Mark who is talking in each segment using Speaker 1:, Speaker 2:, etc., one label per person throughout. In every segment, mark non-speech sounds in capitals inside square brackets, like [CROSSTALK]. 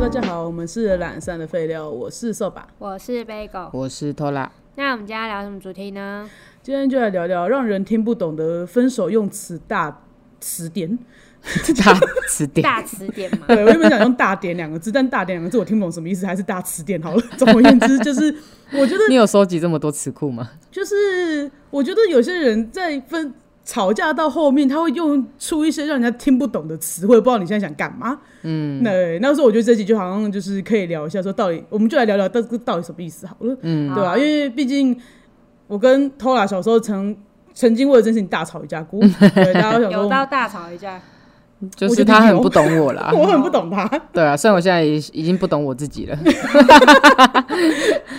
Speaker 1: 大家好，我们是懒散的废料，我是扫把。
Speaker 2: 我是 Bagel。
Speaker 3: 我是拖拉，
Speaker 2: 那我们今天要聊什么主题呢？
Speaker 1: 今天就来聊聊让人听不懂的分手用词大词典。
Speaker 3: 大词典，
Speaker 2: 大词典嘛。
Speaker 1: 对我原本想用“大典”两个字，但“大典”两个字我听不懂什么意思，还是大词典好了。总而言之，就是我觉得
Speaker 3: 你有收集这么多词库吗？
Speaker 1: 就是我觉得有些人在分吵架到后面，他会用出一些让人家听不懂的词汇，不知道你现在想干嘛。嗯，那那时候我觉得这集就好像就是可以聊一下，说到底，我们就来聊聊到到底什么意思好了。嗯，对吧、因为毕竟我跟偷拉小时候曾曾经为了这件事情大吵一架 [LAUGHS] 过，对，大家都想
Speaker 2: 有到
Speaker 1: 说
Speaker 2: 大吵一架，
Speaker 3: 就
Speaker 1: 我就
Speaker 3: 是
Speaker 1: 理
Speaker 3: 他
Speaker 1: 解
Speaker 3: 很
Speaker 1: 我
Speaker 3: 不懂我
Speaker 1: [LAUGHS]
Speaker 3: 啦。
Speaker 1: 嗯我很不懂他。
Speaker 3: 对啊，虽然我现在已已经不懂我自
Speaker 1: [LAUGHS]
Speaker 3: 己了。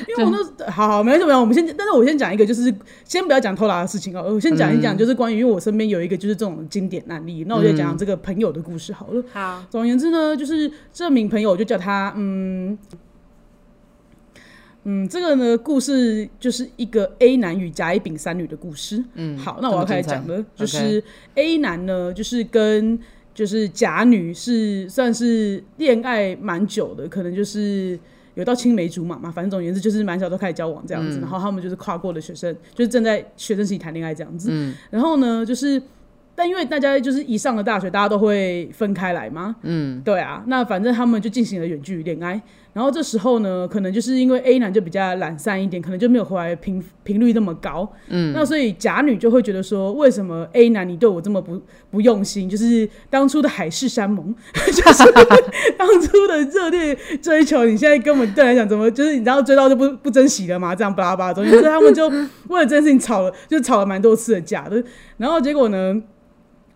Speaker 1: 因为我那好好没什么，我们先，但是我先讲一个，就是先不要讲偷拉的事情哦，我先讲一
Speaker 3: 嗯
Speaker 1: 讲，就是关于因为我身边有一个就是这种经典案例，那我就讲讲这个朋友的故事好了。
Speaker 2: 好，
Speaker 1: 总而言之呢，就是这名朋友我就叫他嗯。嗯，这个呢，故事就是一个 A 男与甲乙丙三女的故事。嗯，好，那我要开始讲了，
Speaker 3: 这
Speaker 1: 就
Speaker 3: 么精彩
Speaker 1: 是 A 男呢，就是跟就是甲女是算是恋爱蛮久的，可能就是有到青梅竹马嘛，反正总而言之就是蛮小都开始交往这样子，然后他们就是跨过了学生，就是正在学生时期谈恋爱这样子。然后呢，就是但因为大家就是一上了大学，大家都会分开来嘛，嗯，对啊，那反正他们就进行了远距离恋爱。然后这时候呢，可能就是因为 A 男就比较懒散一点，可能就没有回来频频率那么高，嗯，那所以甲女就会觉得说，为什么 A 男你对我这么不不用心？就是当初的海誓山盟， [LAUGHS] 就是当初的热烈追求，你现在根本对来讲怎么就是你知道追到就不不珍惜了嘛？这样巴拉巴拉，总而言之他们就为了这件事情吵了，就吵了蛮多次的架的。然后结果呢，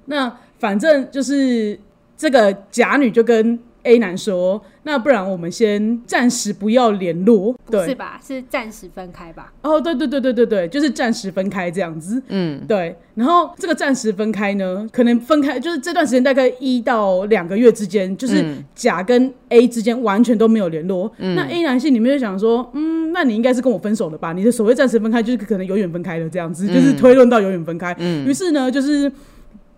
Speaker 1: 那反正就是这个甲女就跟 A 男说，那不然我们先暂时不要联络，
Speaker 2: 不
Speaker 1: 对
Speaker 2: 是，吧？是暂时分开吧？
Speaker 1: 哦，对对对对对对，就是暂时分开这样子。嗯，对。然后这个暂时分开呢，可能分开就是这段时间大概一到两个月之间，就是甲跟 A 之间完全都没有联络。那 A 男性里面就想说，嗯，那你应该是跟我分手了吧？你的所谓暂时分开，就是可能永远分开了这样子，就是推论到永远分开。于是呢，就是。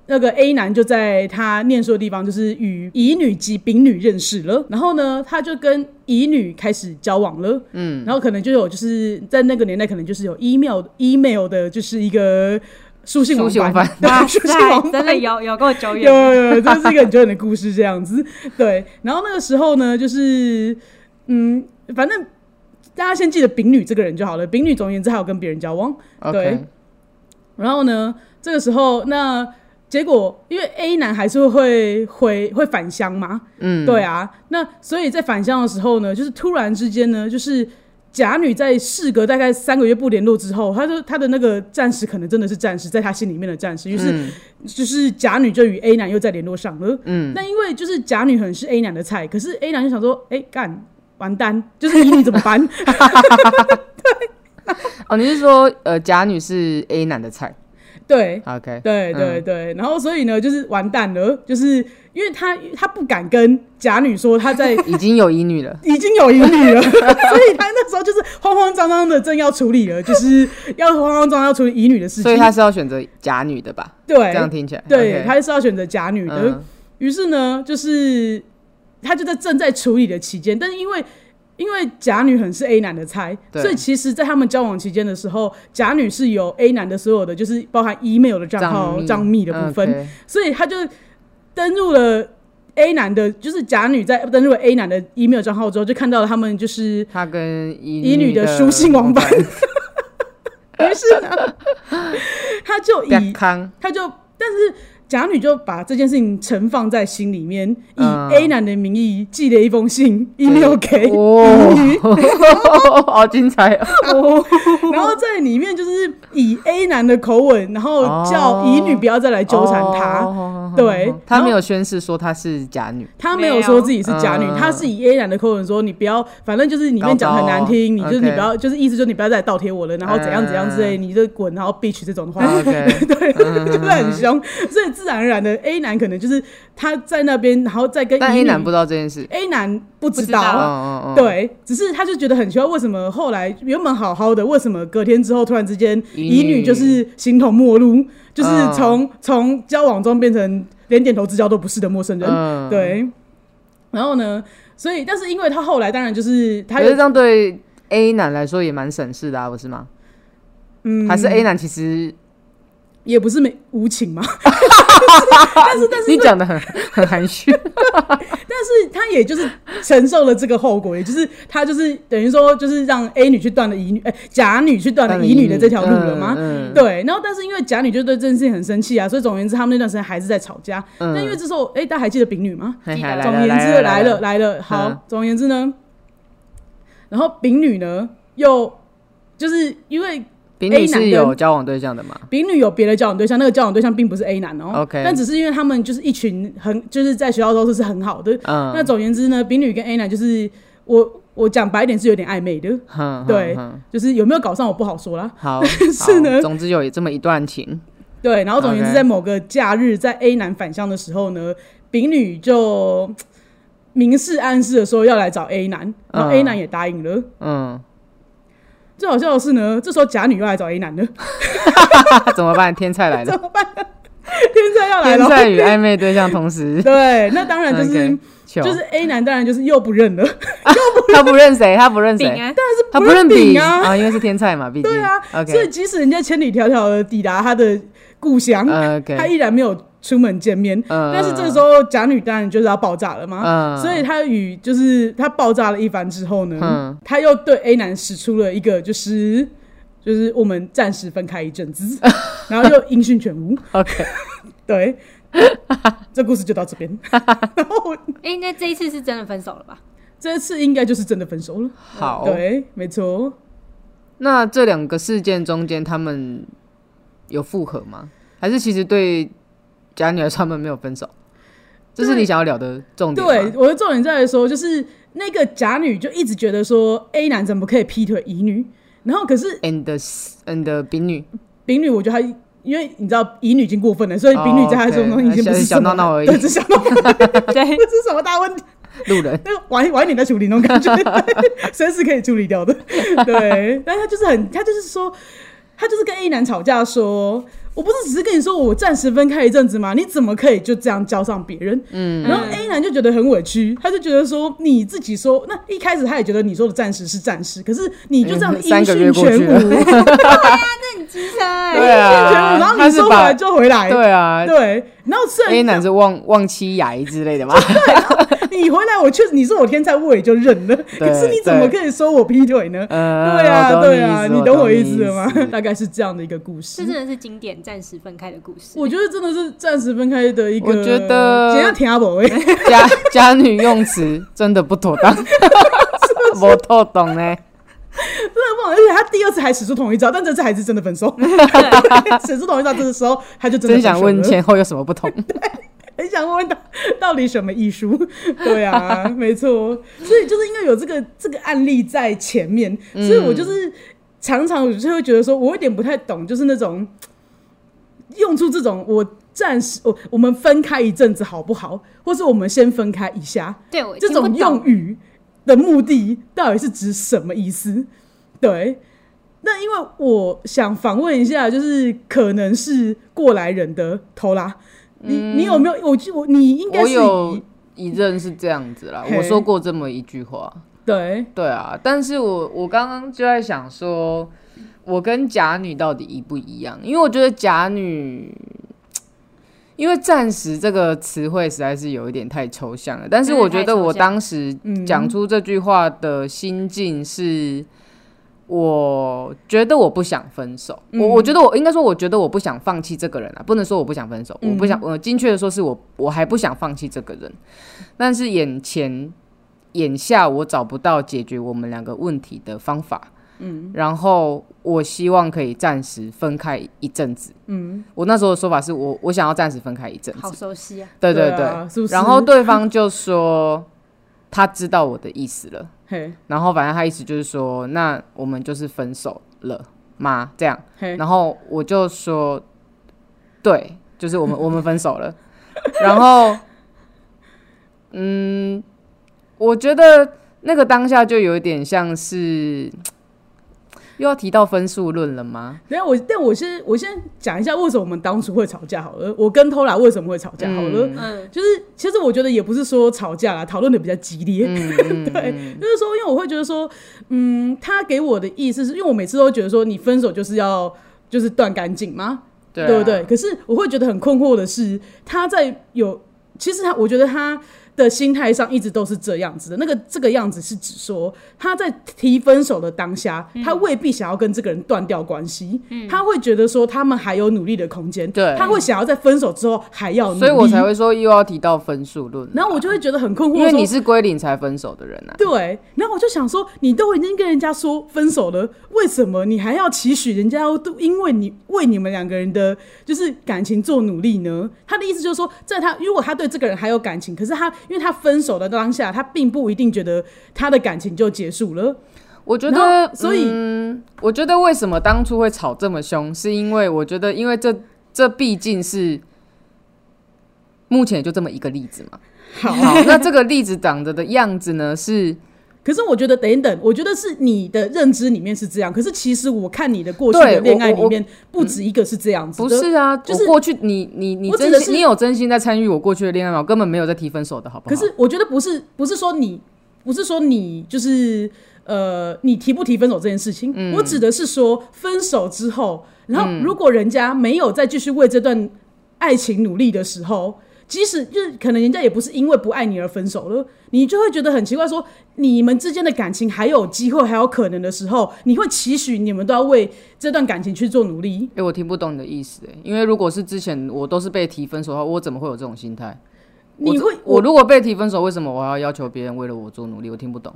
Speaker 1: 那个 A 男就在他念书的地方，就是与乙女及丙女认识了，然后呢，他就跟乙女开始交往了，嗯，然后可能就有就是在那个年代，可能就是有 email email 的，就是一个书信
Speaker 3: 书信
Speaker 1: 往
Speaker 3: 往
Speaker 1: 返 [LAUGHS]
Speaker 3: 返，
Speaker 1: 对啊
Speaker 2: 哇
Speaker 1: 书信往
Speaker 2: 塞，
Speaker 1: 返
Speaker 2: 真的有有够
Speaker 1: 有
Speaker 2: 久远的。
Speaker 1: 有有，这是一个很久远的故事，这样子。对，然后那个时候呢，就是嗯，反正大家先记得丙女这个人就好了。丙女总而言之，还有跟别人交往。对
Speaker 3: OK，
Speaker 1: 然后呢，这个时候那结果，因为 A 男还是会会会返乡嘛，嗯，对啊，那所以在返乡的时候呢，就是突然之间呢，就是。甲女在事隔大概三个月不联络之后，她说她的那个战士可能真的是战士，在她心里面的战士，于是就是甲女就与 A 男又再联络上了。嗯，那因为就是甲女很是 A 男的菜，可是 A 男就想说，哎、干完蛋，就是乙女怎么办？ [LAUGHS]
Speaker 3: 哦，你是说呃，甲女是 A 男的菜
Speaker 1: 对，[LAUGHS]
Speaker 3: ？OK，
Speaker 1: 对对对，然后所以呢，就是完蛋了，就是因为他他不敢跟甲女说他
Speaker 3: [LAUGHS]
Speaker 1: 在
Speaker 3: 已经有乙女了。
Speaker 1: 已经有淫女了， [LAUGHS] 所以他那时候就是慌慌张张的正要处理了，就是要慌慌张张要处理乙女的事情，
Speaker 3: 所以他是要选择甲女的吧？这样
Speaker 1: 对
Speaker 3: 听起来，
Speaker 1: 对，
Speaker 3: OK
Speaker 1: 他是要选择甲女的
Speaker 3: 嗯，
Speaker 1: 于、是呢，就是他就在正在处理的期间，但是因为因为甲女很是 A 男的菜，
Speaker 3: 对
Speaker 1: 所以其实，在他们交往期间的时候，甲女是有 A 男的所有的，就是包含 email 的账号、账密的部分。
Speaker 3: 嗯，OK
Speaker 1: 所以他就登入了 A 男的，就是甲女在登入了 A 男的 email 账号之后，就看到了他们就是，
Speaker 3: 他跟乙
Speaker 1: 乙女的书信往返
Speaker 3: [LAUGHS]
Speaker 1: 于是呢，啊他就
Speaker 3: 别
Speaker 1: 以
Speaker 3: 康，
Speaker 1: 他就，但是甲女就把这件事情盛放在心里面，以
Speaker 3: 嗯
Speaker 1: A 男的名义寄了一封信 email 给
Speaker 3: 哦， [LAUGHS] 好精彩哦！
Speaker 1: 然后在里面就是以 A 男的口吻，然后叫乙女不要再来纠缠他。
Speaker 3: 哦
Speaker 1: 对然
Speaker 3: 他
Speaker 1: 后
Speaker 3: 没有宣誓说他是假女，
Speaker 1: 他没
Speaker 2: 没
Speaker 1: 有
Speaker 2: 有
Speaker 1: 说自己是假女，
Speaker 3: 嗯
Speaker 1: 他是以 A 男的口吻说你不要，反正就是里面讲得很难听，
Speaker 3: 搞
Speaker 1: 你就
Speaker 3: 搞
Speaker 1: 是你
Speaker 3: OK 嗯
Speaker 1: 不要，就是意思就是你不要再来倒贴我了，然后怎样怎样之类，你就滚，然后 bitch 这种话，
Speaker 3: [LAUGHS] OK
Speaker 1: [LAUGHS]
Speaker 3: 嗯
Speaker 1: 对，就是很凶，所以自然而然的 A 男可能就是他在那边，然后再跟
Speaker 3: 但
Speaker 1: 乙
Speaker 3: A
Speaker 1: 女
Speaker 3: 男不知道这件事。
Speaker 1: A 男不知
Speaker 2: 不知道
Speaker 3: 嗯
Speaker 1: 道。
Speaker 3: 嗯嗯，
Speaker 1: 对，只是他就觉得很奇怪，为什么后来原本好好的，为什么隔天之后突然之间，
Speaker 3: 乙
Speaker 1: 乙女
Speaker 3: 女
Speaker 1: 就是形同陌路，就是
Speaker 3: 嗯
Speaker 1: 从从、交往中变成连点头之交都不是的陌生人。
Speaker 3: 嗯，
Speaker 1: 对。然后呢，所以，但是因为他后来当然就是他
Speaker 3: 可
Speaker 1: 有
Speaker 3: 是这样对 A 男来说也蛮省事的啊，不是吗？
Speaker 1: 嗯
Speaker 3: 还是 A 男其实
Speaker 1: 也不是没无情嘛， [LAUGHS]
Speaker 3: 你讲的很 [LAUGHS] 很含蓄，
Speaker 1: 但是他也就是承受了这个后果，也就是他就是等于说就是让 A 女去断了乙女，哎、甲女去断了乙女的这条路了吗？
Speaker 3: 嗯嗯
Speaker 1: 对，然后但是因为甲女就对这件事情很生气啊，所以总而言之，他们那段时间还是在吵架。
Speaker 3: 嗯
Speaker 1: 但因为这时候，哎、大家还记得丙女吗？
Speaker 3: 嘿嘿来了
Speaker 1: 总而言之，来了
Speaker 3: 了，
Speaker 1: 来了，
Speaker 3: 嗯
Speaker 1: 好，总而言之呢，然后丙女呢又就是因为
Speaker 3: 比
Speaker 1: A
Speaker 3: 你
Speaker 1: 男
Speaker 3: 是
Speaker 1: 跟
Speaker 3: 有交往对象的嘛？
Speaker 1: 丙女有别的交往对象，那个交往对象并不是 A 男哦、
Speaker 3: OK
Speaker 1: 但只是因为他们就是一群很就是在学校都是很好的。
Speaker 3: 嗯，
Speaker 1: 那总而言之呢，丙女跟 A 男就是我我讲白一点是有点暧昧的，
Speaker 3: 哼
Speaker 1: 对
Speaker 3: 哼哼
Speaker 1: 就是有没有搞上我不好说啦。 [LAUGHS]
Speaker 3: 好，
Speaker 1: 是呢
Speaker 3: 好总之有这么一段情，
Speaker 1: 对，然后总而言之，
Speaker 3: OK
Speaker 1: 在某个假日，在 A 男返乡的时候呢，丙女就嘖明示暗示的说要来找 A 男，然后
Speaker 3: 嗯
Speaker 1: A 男也答应了。
Speaker 3: 嗯， [LAUGHS]
Speaker 1: 最好笑的是呢，这时候甲女又来找 A 男了， [LAUGHS]
Speaker 3: 怎么办？天菜来了，
Speaker 1: 天才要来
Speaker 3: 天
Speaker 1: 了。
Speaker 3: 菜与暧昧对象同时，
Speaker 1: 对， [LAUGHS] 那当然就是
Speaker 3: [LAUGHS] OK，糗
Speaker 1: 就是 A 男，当然就是又不认了，
Speaker 3: [LAUGHS] 他不认谁，他不认
Speaker 2: 饼
Speaker 3: 谁，
Speaker 2: 啊，
Speaker 3: 他
Speaker 1: 不
Speaker 3: 认
Speaker 1: 认
Speaker 3: 比
Speaker 1: 饼啊
Speaker 3: 因为是天菜
Speaker 1: [LAUGHS]
Speaker 3: 嘛，毕竟
Speaker 1: 对啊所以
Speaker 3: ，OK，
Speaker 1: 即使人家千里迢迢的抵达他的故乡， [LAUGHS]
Speaker 3: 呃
Speaker 1: 他
Speaker 3: ，OK，
Speaker 1: 依然没有出门见面。
Speaker 3: 嗯
Speaker 1: 但是这时候甲女当然就是要爆炸了嘛，
Speaker 3: 嗯
Speaker 1: 所以他与就是他爆炸了一番之后呢，
Speaker 3: 嗯
Speaker 1: 他又对 A 男使出了一个就是就是我们暂时分开一阵
Speaker 3: [LAUGHS]
Speaker 1: 子，然后又音讯全无。
Speaker 3: ，OK， [LAUGHS]
Speaker 1: 对，这故事就到这边。然后我
Speaker 2: 哎，那这一次是真的分手了吧？
Speaker 1: 这次应该就是真的分手了。
Speaker 3: 好，
Speaker 1: 对，没错。
Speaker 3: 那这两个事件中间，他们有复合吗？还是其实对假女来说，他们没有分手？这是你想要聊的重点
Speaker 1: 对
Speaker 3: 吗，
Speaker 1: 我的重点在于说，就是那个假女就一直觉得说 A 男怎么可以劈腿乙女，然后可是
Speaker 3: ，and the s- and the 丙女，
Speaker 1: 丙女，我觉得她因为你知道乙女已经过分了，所以丙女在她这种东西已经不是
Speaker 3: 哦
Speaker 1: 什
Speaker 3: ，OK，
Speaker 1: 么
Speaker 3: 小闹闹而已
Speaker 1: 对，只是小闹闹，
Speaker 2: 对
Speaker 1: 不，是什么大问题。
Speaker 3: 路
Speaker 1: [LAUGHS]
Speaker 3: 人，
Speaker 1: 那个晚晚一点再处理那种
Speaker 3: [LAUGHS]
Speaker 1: 感觉，对随时可以处理掉的。对，但他就是很，他就是说，他就是跟 A 男吵架说，我不是只是跟你说我暂时分开一阵子吗？你怎么可以就这样交上别人？嗯，然后 A 男就觉得很委屈，他就觉得说你自己说，那一开始他也觉得你说的暂时是暂时，可是你就这样
Speaker 3: 嗯
Speaker 1: 音
Speaker 3: 三个月
Speaker 1: 讯
Speaker 3: 过
Speaker 1: 全
Speaker 3: 去
Speaker 1: 无，音讯
Speaker 3: 了，
Speaker 2: 啊很机车哎，
Speaker 3: [LAUGHS] 对
Speaker 1: 全无，然
Speaker 3: 啊
Speaker 1: 后，
Speaker 3: 他
Speaker 1: 你
Speaker 3: 是
Speaker 1: 说回
Speaker 3: 把
Speaker 1: 来就回来，
Speaker 3: 对啊
Speaker 1: 对，然后虽
Speaker 3: ，A
Speaker 1: 然
Speaker 3: 男是忘忘妻牙医之类的嘛， [LAUGHS]
Speaker 1: [LAUGHS] 你回来，我确实你说我天才，我也就认了，可是你怎么可以说我劈腿呢？
Speaker 3: 呃，
Speaker 1: 对啊，
Speaker 3: 我
Speaker 1: 对
Speaker 3: 意
Speaker 1: 啊，
Speaker 3: 思
Speaker 1: 你
Speaker 3: 我
Speaker 1: 懂
Speaker 3: 懂
Speaker 1: 我
Speaker 3: 你
Speaker 1: 意
Speaker 3: 意
Speaker 1: 思了吗？ [LAUGHS] 大概是这样的一个故
Speaker 2: 这
Speaker 1: 事
Speaker 2: 真。的是经典暂时分开的故事。
Speaker 1: 我觉得真的是暂时分开的一个，
Speaker 3: 我觉得
Speaker 1: 简单听阿 [LAUGHS] 伯哎，
Speaker 3: 家家女用词真的不妥
Speaker 1: [LAUGHS]
Speaker 3: 当， [LAUGHS] 不欸透懂呢。
Speaker 1: 真的忘了，而且他第二次还使出同一招，但这次还是真的分
Speaker 2: [LAUGHS]
Speaker 1: 手。使出同一招，这个时候他就真的
Speaker 3: 真
Speaker 1: 分手
Speaker 3: 想问
Speaker 1: 了，
Speaker 3: 前后有什么不同？
Speaker 1: 很想问到到底什么艺术？对啊，没错。所以就是因为有这个这个案例在前面，所以我就是常常我就会觉得说，我有点不太懂，就是那种用出这种我暂时我我们分开一阵子好不好，或是我们先分开一下
Speaker 2: 对，我
Speaker 1: 这
Speaker 2: 听不
Speaker 1: 种用
Speaker 2: 懂。
Speaker 1: 语的目的到底是指什么意思？对。那因为我想访问一下，就是可能是过来人的头啦，你、
Speaker 2: 嗯
Speaker 1: 你有没有？我记我你应该
Speaker 3: 我
Speaker 1: 是
Speaker 3: 有
Speaker 1: 以
Speaker 3: 一任是这样子啦，
Speaker 1: 嘿
Speaker 3: 我说过这么一句话。
Speaker 1: 对
Speaker 3: 对啊，但是我我刚刚就在想说，我跟假女到底一不一样？因为我觉得假女，因为“暂时”这个词汇实在是有一点太抽象了。但是
Speaker 2: 真的
Speaker 3: 我
Speaker 2: 嗯
Speaker 3: 觉
Speaker 2: 太
Speaker 3: 得
Speaker 2: 抽
Speaker 3: 我
Speaker 2: 象
Speaker 3: 当时
Speaker 1: 嗯
Speaker 3: 讲出这句话的心境是。我觉得我不想分手，
Speaker 2: 嗯
Speaker 3: 我我觉得我应该说，我觉得我不想放弃这个人啊，不能说我不想分手，我
Speaker 2: 嗯
Speaker 3: 不想，我精确的说是我我还不想放弃这个人，但是眼前眼下我找不到解决我们两个问题的方法，嗯，然后我希望可以暂时分开一阵子，嗯，我那时候的说法是我我想要暂时分开一阵
Speaker 2: 好
Speaker 3: 子，
Speaker 2: 熟悉啊！
Speaker 3: 对对对，
Speaker 1: 啊是不是？
Speaker 3: 然后对方就说他知道我的意思了，
Speaker 1: 嘿
Speaker 3: 然后反正他意思就是说，那我们就是分手了吗？这样，
Speaker 1: 嘿，
Speaker 3: 然后我就说，对，就是我们我们分
Speaker 1: [LAUGHS]
Speaker 3: 手了。然后，嗯，我觉得那个当下就有点像是，又要提到分数论了吗？
Speaker 1: 等一下我，但我先我先讲一下为什么我们当初会吵架好了。我跟偷拉为什么会吵架好了？
Speaker 2: 嗯，
Speaker 1: 就是其实我觉得也不是说吵架啦，讨论的比较激烈。[LAUGHS]
Speaker 3: 嗯
Speaker 1: 对，就是说，因为我会觉得说，嗯，他给我的意思是因为我每次都会觉得说，你分手就是要就是断干净嘛，
Speaker 3: 对
Speaker 1: 对
Speaker 3: 啊
Speaker 1: 不对？？可是我会觉得很困惑的是，他在有，其实他，我觉得他的心态上一直都是这样子的。那个这个样子是指说，他在提分手的当下，
Speaker 3: 嗯
Speaker 1: 他未必想要跟这个人断掉关系，他会觉得说他们还有努力的空间，
Speaker 3: 对
Speaker 1: 他会想要在分手之后还要努力，
Speaker 3: 所以我才。会说又要提到分数论了。
Speaker 1: 然后我就会觉得很困惑，
Speaker 3: 因为
Speaker 1: 说
Speaker 3: 你是归零才分手的人啊，
Speaker 1: 对，然后我就想说，你都已经跟人家说分手了，为什么你还要期许人家要都因为你为你们两个人的就是感情做努力呢？他的意思就是说，在他如果他对这个人还有感情，可是他因为他分手的当下，他并不一定觉得他的感情就结束了。
Speaker 3: 我觉
Speaker 1: 然
Speaker 3: 得
Speaker 1: 后，所以
Speaker 3: 嗯，我觉得为什么当初会吵这么凶，是因为我觉得，因为这这毕竟是目前也就这么一个例子嘛。
Speaker 1: 好，
Speaker 3: 好，那这个例子长得的样子呢是，
Speaker 1: 可是我觉得等一等，我觉得是你的认知里面是这样，可是其实我看你的过去
Speaker 3: 对
Speaker 1: 的
Speaker 3: 我
Speaker 1: 恋爱
Speaker 3: 我嗯
Speaker 1: 里面不止一个是这样子
Speaker 3: 不
Speaker 1: 的，
Speaker 3: 是啊？
Speaker 1: 就是
Speaker 3: 我过去你你你
Speaker 1: 我指
Speaker 3: 真
Speaker 1: 的
Speaker 3: 心，
Speaker 1: 是
Speaker 3: 你有真心在参与我过去的恋爱吗？我根本没有在提分手的好不好？
Speaker 1: 可是我觉得不是，不是说你，不是说你就是呃，你提不提分手这件事情，
Speaker 3: 嗯
Speaker 1: 我指的是说分手之后，然后如果人家没有再继续为这段爱情努力的时候。即使就是可能人家也不是因为不爱你而分手了，你就会觉得很奇怪说你们之间的感情还有机会还有可能的时候，你会期许你们都要为这段感情去做努力。
Speaker 3: 哎、我听不懂你的意思、欸，因为如果是之前我都是被提分手的话，我怎么会有这种心态？我
Speaker 1: 你
Speaker 3: 这
Speaker 1: 会
Speaker 3: 我如果被提分手，为什么我还要要求别人为了我做努力？我听不懂。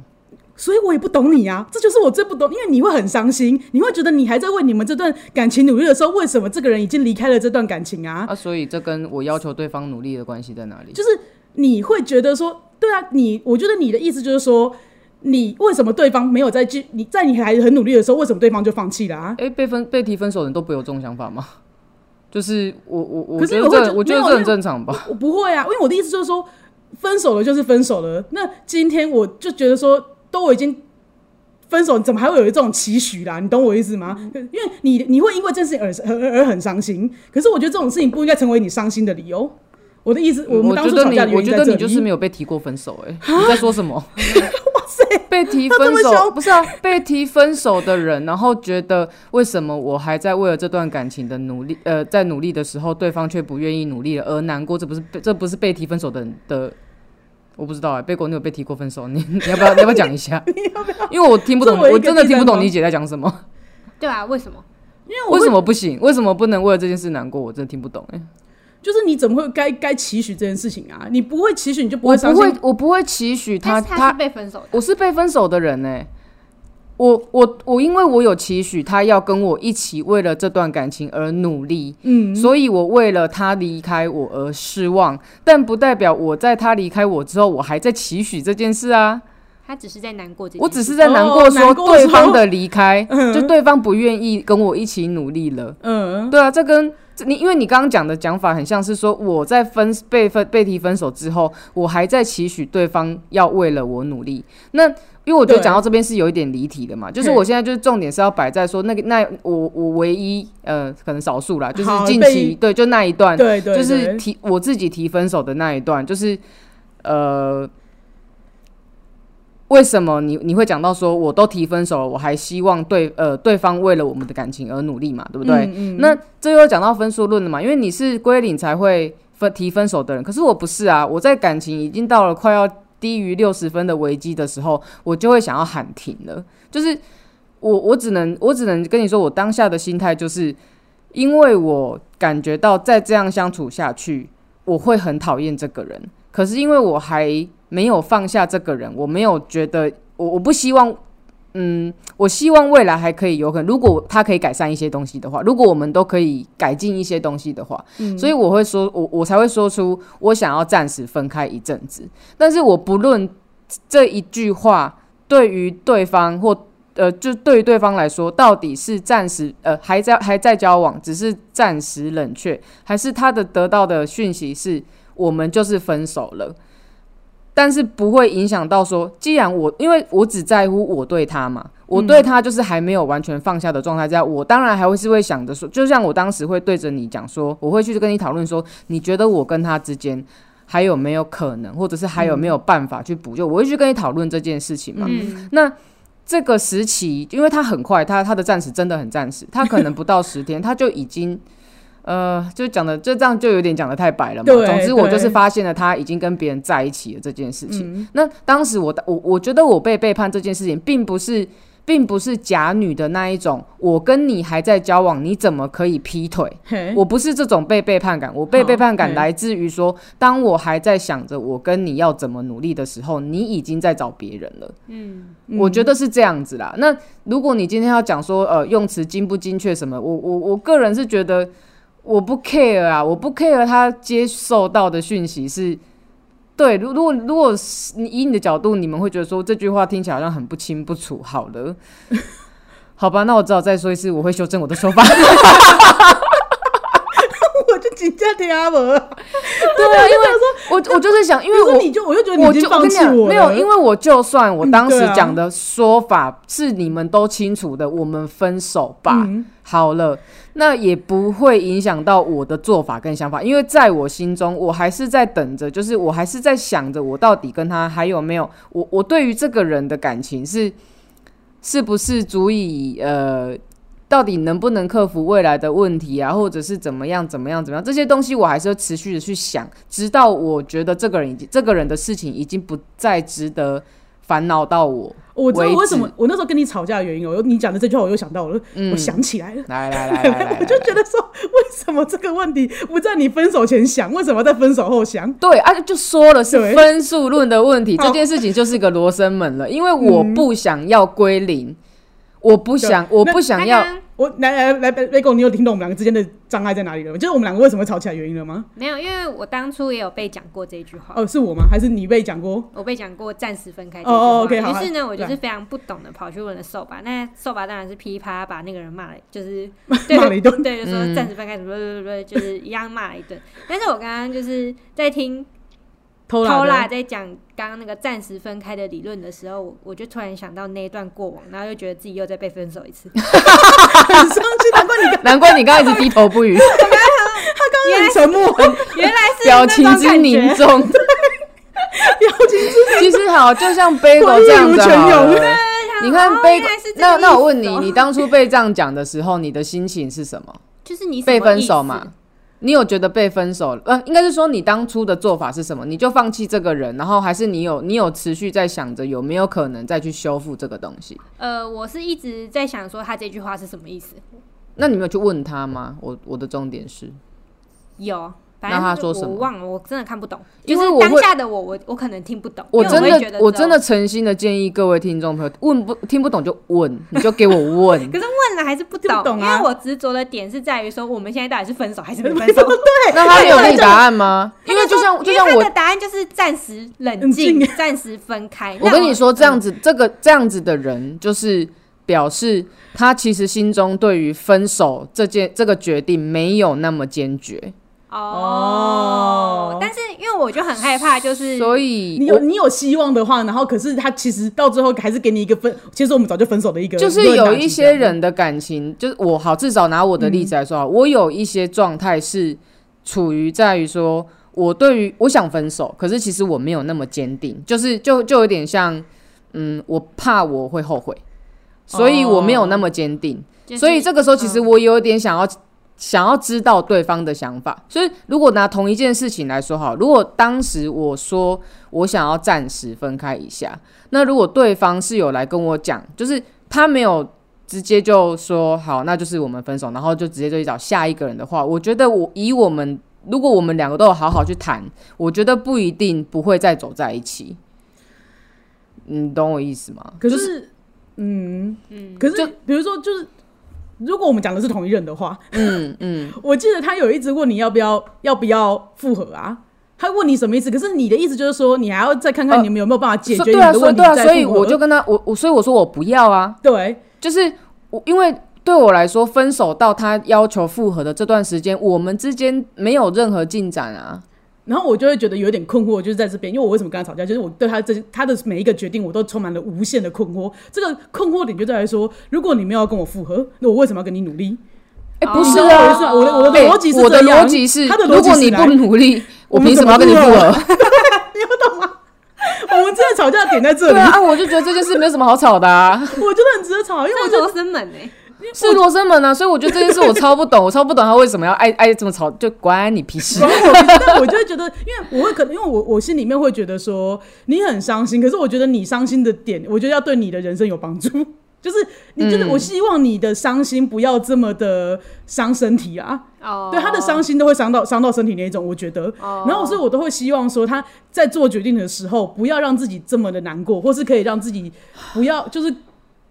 Speaker 1: 所以我也不懂你啊，这就是我最不懂，因为你会很伤心，你会觉得你还在为你们这段感情努力的时候，为什么这个人已经离开了这段感情啊？
Speaker 3: 啊，所以这跟我要求对方努力的关系在哪里？
Speaker 1: 就是你会觉得说，对啊，你我觉得你的意思就是说，你为什么对方没有在继你在你还很努力的时候，为什么对方就放弃了啊？
Speaker 3: 哎、被分被提分手的人都不会有这种想法吗？ [LAUGHS] 就是我我我
Speaker 1: 可是
Speaker 3: 觉得
Speaker 1: 我会
Speaker 3: 这
Speaker 1: 觉
Speaker 3: 我觉
Speaker 1: 没
Speaker 3: 得
Speaker 1: 有
Speaker 3: 这
Speaker 1: 因为
Speaker 3: 很正常吧。
Speaker 1: 我不会啊，因为我的意思就是说，分手了就是分手了。那今天我就觉得说，都我已经分手，怎么还会有这种期许啦？你懂我意思吗？因为你你会因为这件事情而而而很伤心，可是我觉得这种事情不应该成为你伤心的理由。我的意思，
Speaker 3: 我
Speaker 1: 们当
Speaker 3: 觉
Speaker 1: 初
Speaker 3: 得
Speaker 1: 吵
Speaker 3: 你
Speaker 1: 架的
Speaker 3: 我
Speaker 1: 原因
Speaker 3: 觉
Speaker 1: 在
Speaker 3: 得
Speaker 1: 这
Speaker 3: 你
Speaker 1: 里。啊
Speaker 3: 就是没有被提过分手、欸，哎，你在说什
Speaker 1: [LAUGHS]
Speaker 3: 么？哇塞， [LAUGHS] 被提
Speaker 1: 他这
Speaker 3: 分
Speaker 1: 么
Speaker 3: 手
Speaker 1: 凶
Speaker 3: 不是啊，被提分手的人，然后觉得为什么我还在为了这段感情的努力，呃，在努力的时候，对方却不愿意努力了，而难过，这不是被这不是被提分手的人的。我不知道哎、欸，贝果你有被提过分手？你你要不要你要不要讲
Speaker 1: [LAUGHS]
Speaker 3: 一下？因为我听不懂，
Speaker 1: 作为一
Speaker 3: 我
Speaker 1: 个
Speaker 3: 真的
Speaker 1: 第
Speaker 3: 听
Speaker 1: 三
Speaker 3: 不懂
Speaker 1: 方
Speaker 3: 你姐在讲什么。
Speaker 2: 对啊，为什么？
Speaker 1: 因为我
Speaker 3: 为
Speaker 1: 会
Speaker 3: 什么不行？为什么不能为了这件事难过？我真的听不懂哎、欸
Speaker 1: 就是你怎么会该该期许这件事情啊？你不会期许，你就不
Speaker 3: 我
Speaker 1: 会伤
Speaker 3: 不
Speaker 1: 心
Speaker 3: 会，我不会期许他
Speaker 2: 但是他是被分手的，
Speaker 3: 我是被分手的人呢、我我我，因为我有期许他要跟我一起为了这段感情而努力，嗯，所以我为了他离开我而失望，但不代表我在他离开我之后，我还在期许这件事啊，
Speaker 2: 他只是在难过这件事。
Speaker 3: 我只是在难过
Speaker 1: 哦
Speaker 3: 说
Speaker 1: 难过
Speaker 3: 对
Speaker 1: 说
Speaker 3: 方的离开， [LAUGHS] 就对方不愿意跟我一起努力了。
Speaker 1: 嗯，
Speaker 3: 对啊，这跟这你因为你刚刚讲的讲法很像是说，我在分被分被提分手之后，我还在期许对方要为了我努力。那因为我觉得
Speaker 1: 对
Speaker 3: 讲到这边是有一点离题的嘛，就是我现在就是重点是要摆在说那个那我我唯一呃可能少数啦，就是
Speaker 1: 好
Speaker 3: 近
Speaker 1: 被
Speaker 3: 期对就那一段，
Speaker 1: 对对，
Speaker 3: 就是
Speaker 1: 对
Speaker 3: 提我自己提分手的那一段，就是呃，为什么你你会讲到说我都提分手了，我还希望对呃对方为了我们的感情而努力嘛，对不
Speaker 1: 嗯
Speaker 3: 对？那这又讲到分数论了嘛，因为你是归零才会分提分手的人，可是我不是啊，我在感情已经到了快要低于六十分的危机的时候，我就会想要喊停了，就是。我我只能我只能跟你说，我当下的心态就是，因为我感觉到再这样相处下去，我会很讨厌这个人。可是因为我还没有放下这个人，我没有觉得我我不希望，嗯，我希望未来还可以有可能，如果他可以改善一些东西的话，如果我们都可以改进一些东西的话，所以我会说，我我才会说出我想要暂时分开一阵子。但是我不论这一句话对于对方或呃，就对于对方来说，到底是暂时呃还在还在交往，只是暂时冷却，还是他的得到的讯息是我们就是分手了？但是不会影响到说，既然我因为我只在乎我对他嘛，我对他就是还没有完全放下的状态下，我当然还会是会想着说，就像我当时会对着你讲说，我会去跟你讨论说，你觉得我跟他之间。还有没有可能，或者是还有没有办法去补救？我会去跟你讨论这件事情嘛。
Speaker 2: 嗯，
Speaker 3: 那这个时期，因为他很快，他他的暂时真的很暂时，他可能不到
Speaker 1: [LAUGHS]
Speaker 3: 十天，他就已经。呃，就讲的就这样，就有点讲的太白了嘛。
Speaker 1: 对
Speaker 3: 总之，我就是
Speaker 1: 对嗯
Speaker 3: 发现了他已经跟别人在一起了这件事情。那当时我我我觉得我被背叛这件事情，并不是并不是假女的那一种，我跟你还在交往，你怎么可以劈腿？
Speaker 1: 嘿，
Speaker 3: 我不是这种被背叛感，我被
Speaker 1: 好
Speaker 3: 背叛感
Speaker 1: 嗯
Speaker 3: 来自于说，当我还在想着我跟你要怎么努力的时候，你已经在找别人了。嗯，我觉得是这样子啦。那如果你今天要讲说，呃，用词精不精确什么，我我我个人是觉得我不 care 啊，我不 care 他接受到的讯息是。对，如如果如果是你以你的角度，你们会觉得说这句话听起来好像很不清不楚。好
Speaker 1: [LAUGHS]
Speaker 3: 了，好吧，那我只好再说一次，我会修正我的
Speaker 1: [LAUGHS]
Speaker 3: 说法。
Speaker 1: 我就紧张听阿伯，
Speaker 3: 对啊，因为我我就是想，因
Speaker 1: 因
Speaker 3: 为我
Speaker 1: 你就我就觉得
Speaker 3: 我
Speaker 1: 已经
Speaker 3: 就我
Speaker 1: 放
Speaker 3: 跟你
Speaker 1: 弃
Speaker 3: 讲，
Speaker 1: 了，
Speaker 3: 没有，因为我就算我当
Speaker 1: 嗯
Speaker 3: 时
Speaker 1: 对啊
Speaker 3: 讲的说法是你们都清楚的，我们分手吧，
Speaker 1: 嗯
Speaker 3: 好了，那也不会影响到我的做法跟想法，因为在我心中，我还是在等着，就是我还是在想着我到底跟他还有没有我我对于这个人的感情是是不是足以呃。到底能不能克服未来的问题啊，或者是怎么样怎么样怎么样这些东西，我还是要持续的去想，直到我觉得这个人已经这个人的事情已经不再值得烦恼到我。
Speaker 1: 我知道
Speaker 3: 为
Speaker 1: 为什么
Speaker 3: 止
Speaker 1: 我那时候跟你吵架的原因哦，你讲的这句话我又想到了，我想起来了。
Speaker 3: 嗯来来来来
Speaker 1: [LAUGHS]
Speaker 3: 来来，
Speaker 1: 我就觉得说，为什么这个问题不在你分手前想，为什么在分手后想？
Speaker 3: 对啊，就说了是
Speaker 1: 对
Speaker 3: 分数论的问题，
Speaker 1: 好嗯
Speaker 3: 这件事情就是个罗生门了，因为我不想要归零，我不想，我不想要
Speaker 2: 刚刚
Speaker 1: 我来来来，贝贝狗，你有听懂我们两个之间的障碍在哪里了吗？就是我们两个为什么会吵起来原因了吗？
Speaker 2: 没有，因为我当初也有被讲过这句话，
Speaker 1: 哦，是我吗？还是你被讲过？
Speaker 2: 我被讲过暂时分开这句话。
Speaker 1: 哦哦，OK，好
Speaker 2: 于是呢，
Speaker 1: 好
Speaker 2: 我就
Speaker 1: 来
Speaker 2: 是非常不懂的跑去问了瘦吧，那瘦吧当然是噼啪把那个人骂了，
Speaker 1: [LAUGHS]
Speaker 2: 就是
Speaker 1: 骂了一顿
Speaker 2: 对，就
Speaker 3: 嗯
Speaker 2: 说暂时分开，什么什么，就是一样骂了一顿。但是我刚刚就是在听
Speaker 1: 偷
Speaker 2: 偷
Speaker 1: 懒
Speaker 2: 啦，
Speaker 1: 的，
Speaker 2: 在讲刚刚那个暂时分开的理论的时候，我我就突然想到那一段过往，然后又觉得自己又在被分手
Speaker 1: [LAUGHS]
Speaker 2: 一次。
Speaker 1: 很生气，难怪你刚
Speaker 3: 难怪你刚才一直低
Speaker 1: [LAUGHS]
Speaker 3: 头不语，
Speaker 1: 刚很沉默，
Speaker 2: 原来是
Speaker 3: 表
Speaker 2: 那
Speaker 3: 情
Speaker 2: 种
Speaker 3: 之
Speaker 2: 感
Speaker 3: 凝
Speaker 2: 觉。
Speaker 3: 重。 [LAUGHS]
Speaker 1: 表 [LAUGHS] 情之
Speaker 3: 其实好，
Speaker 1: [LAUGHS]
Speaker 3: 就像 Bagel
Speaker 1: 我一无
Speaker 3: 这样子啊
Speaker 1: 全
Speaker 3: 好
Speaker 1: 有
Speaker 3: 了。你看
Speaker 2: 哦原来
Speaker 3: Bagel，
Speaker 2: 是这个
Speaker 3: 那那我问
Speaker 2: 意
Speaker 3: 你
Speaker 2: 思哦，
Speaker 3: 你当初被这样讲的时候，你的心情是什么？
Speaker 2: 就是你什么
Speaker 3: 被分手
Speaker 2: 意思
Speaker 3: 嘛？？你有觉得被分手了？呃，应该是说你当初的做法是什么？你就放弃这个人，然后还是你有你有持续在想着有没有可能再去修复这个东西？
Speaker 2: 呃，我是一直在想说他这句话是什么意思。
Speaker 3: 那你没有去问他吗？我我的重点是，
Speaker 2: 有，反
Speaker 3: 那
Speaker 2: 正
Speaker 3: 他
Speaker 2: 就
Speaker 3: 说
Speaker 2: 是
Speaker 3: 什
Speaker 2: 我
Speaker 3: 么
Speaker 2: 忘了，我真的看不懂。
Speaker 3: 因
Speaker 2: 就
Speaker 3: 为
Speaker 2: 是
Speaker 3: 我
Speaker 2: 当
Speaker 3: 会
Speaker 2: 下的我，我我可能听不懂，
Speaker 3: 我
Speaker 2: 因为
Speaker 3: 真
Speaker 2: 会觉
Speaker 3: 的
Speaker 2: 得
Speaker 3: 我
Speaker 2: 这
Speaker 3: 真的诚心的建议各位听众朋友，问不听不懂就问，你就给我
Speaker 2: [LAUGHS]
Speaker 3: 问。
Speaker 2: 可是问了还是不
Speaker 1: 听不
Speaker 2: 懂，
Speaker 1: 懂啊
Speaker 2: 因为我执着的点是在于说，我们现在到底是分手还是没分手？
Speaker 3: 那他没有给你答案吗？ [LAUGHS] 因为就
Speaker 2: [LAUGHS]
Speaker 3: 像就
Speaker 2: 因为
Speaker 3: 像
Speaker 2: 他
Speaker 3: 我啊
Speaker 2: 的，答案就是暂时冷
Speaker 1: 冷
Speaker 2: 静
Speaker 1: 静，
Speaker 2: 暂时分开。
Speaker 3: 我
Speaker 2: 那
Speaker 3: 跟你说，这样子这个这样子的人，就是表示他其实心中对于分手这件这个决定没有那么坚决，
Speaker 2: 哦
Speaker 1: 哦，
Speaker 2: 但是因为我就很害怕，就是
Speaker 3: 所
Speaker 1: 你
Speaker 3: 以
Speaker 1: 有
Speaker 3: 我
Speaker 1: 你有希望的话，然后可是他其实到最后还是给你一个分，其实我们早就分手的一个
Speaker 3: 就
Speaker 1: 论啊，
Speaker 3: 是有一些
Speaker 1: 其实
Speaker 3: 人的感情，就是我好，至少拿我的例子来说啊，我有一些状态是处于在于说，我对于我想分手，可是其实我没有那么坚定，就是就就有点像，嗯，我怕我会后悔，所以我没有那么坚定。
Speaker 2: 就是
Speaker 3: 所以这个时候，其实
Speaker 2: 嗯
Speaker 3: 我有点想要、想要知道对方的想法。所以，如果拿同一件事情来说好，如果当时我说我想要暂时分开一下，那如果对方是有来跟我讲，就是他没有直接就说好，那就是我们分手，然后就直接就去找下一个人的话，我觉得我以我们。如果我们两个都有好好去谈，我觉得不一定不会再走在一起。你懂我意思吗？
Speaker 1: 可，
Speaker 3: 就是
Speaker 1: 嗯嗯，可是比如说，就是如果我们讲的是同一任的话，
Speaker 3: 嗯嗯，
Speaker 1: 我记得他有一直问你要不要要不要复合啊。他问你什么意思？可是你的意思就是说，你还要再看看
Speaker 3: 呃
Speaker 1: 你们有没有办法解
Speaker 3: 所
Speaker 1: 决
Speaker 3: 以
Speaker 1: 你
Speaker 3: 对啊，
Speaker 1: 们的问
Speaker 3: 所以
Speaker 1: 题
Speaker 3: 对啊，
Speaker 1: 再
Speaker 3: 所以
Speaker 1: 复合
Speaker 3: 我就跟他，我我所以我说我不要啊，
Speaker 1: 对，
Speaker 3: 就是我因为对我来说，分手到他要求复合的这段时间，我们之间没有任何进展啊。
Speaker 1: 然后我就会觉得有点困惑，就是在这边，因为我为什么跟他吵架，就是我对他这他的每一个决定，我都充满了无限的困惑。这个困惑点就在于说，如果你没有要跟我复合，那我为什么要跟你努力？
Speaker 3: 哎、不
Speaker 1: 你
Speaker 3: 是
Speaker 1: 知道
Speaker 3: 啊，
Speaker 1: 我的是我的哦我的
Speaker 3: 哎
Speaker 1: 逻辑是
Speaker 3: 我的
Speaker 1: 这样
Speaker 3: 逻辑是，
Speaker 1: 他的逻辑
Speaker 3: 如果
Speaker 1: 是
Speaker 3: 你
Speaker 1: 来
Speaker 3: 不努力，
Speaker 1: 我
Speaker 3: 我
Speaker 1: 们
Speaker 3: 凭什
Speaker 1: 怎
Speaker 3: 么要
Speaker 1: 么啊
Speaker 3: 跟你复
Speaker 1: 不
Speaker 3: [LAUGHS] 合？
Speaker 1: [LAUGHS] 我们真的吵架点在这里
Speaker 3: 对，啊，啊我就觉得这件事没有什么好吵的
Speaker 1: [LAUGHS]
Speaker 3: 啊，
Speaker 1: 我真的很值得吵，因为我
Speaker 2: 这
Speaker 1: 觉得
Speaker 2: 罗生门哎、
Speaker 3: 是罗生门啊，所以我觉得这件事我超不懂，我超不懂他为什么要爱爱这么吵，就关你
Speaker 1: [LAUGHS]
Speaker 3: 屁事
Speaker 1: [LAUGHS] 然。后我就但我就会觉得，因为我会可能，因为我我心里面会觉得说你很伤心，可是我觉得你伤心的点，我觉得要对你的人生有帮助。 [LAUGHS] 就是你，
Speaker 3: 嗯
Speaker 1: 就是我希望你的伤心不要这么的伤身体啊。
Speaker 2: 哦，
Speaker 1: 对他的伤心都会伤到伤到身体那一种，我觉得。
Speaker 2: 哦
Speaker 1: 然后所以我都会希望说，他在做决定的时候，不要让自己这么的难过，或是可以让自己不要就是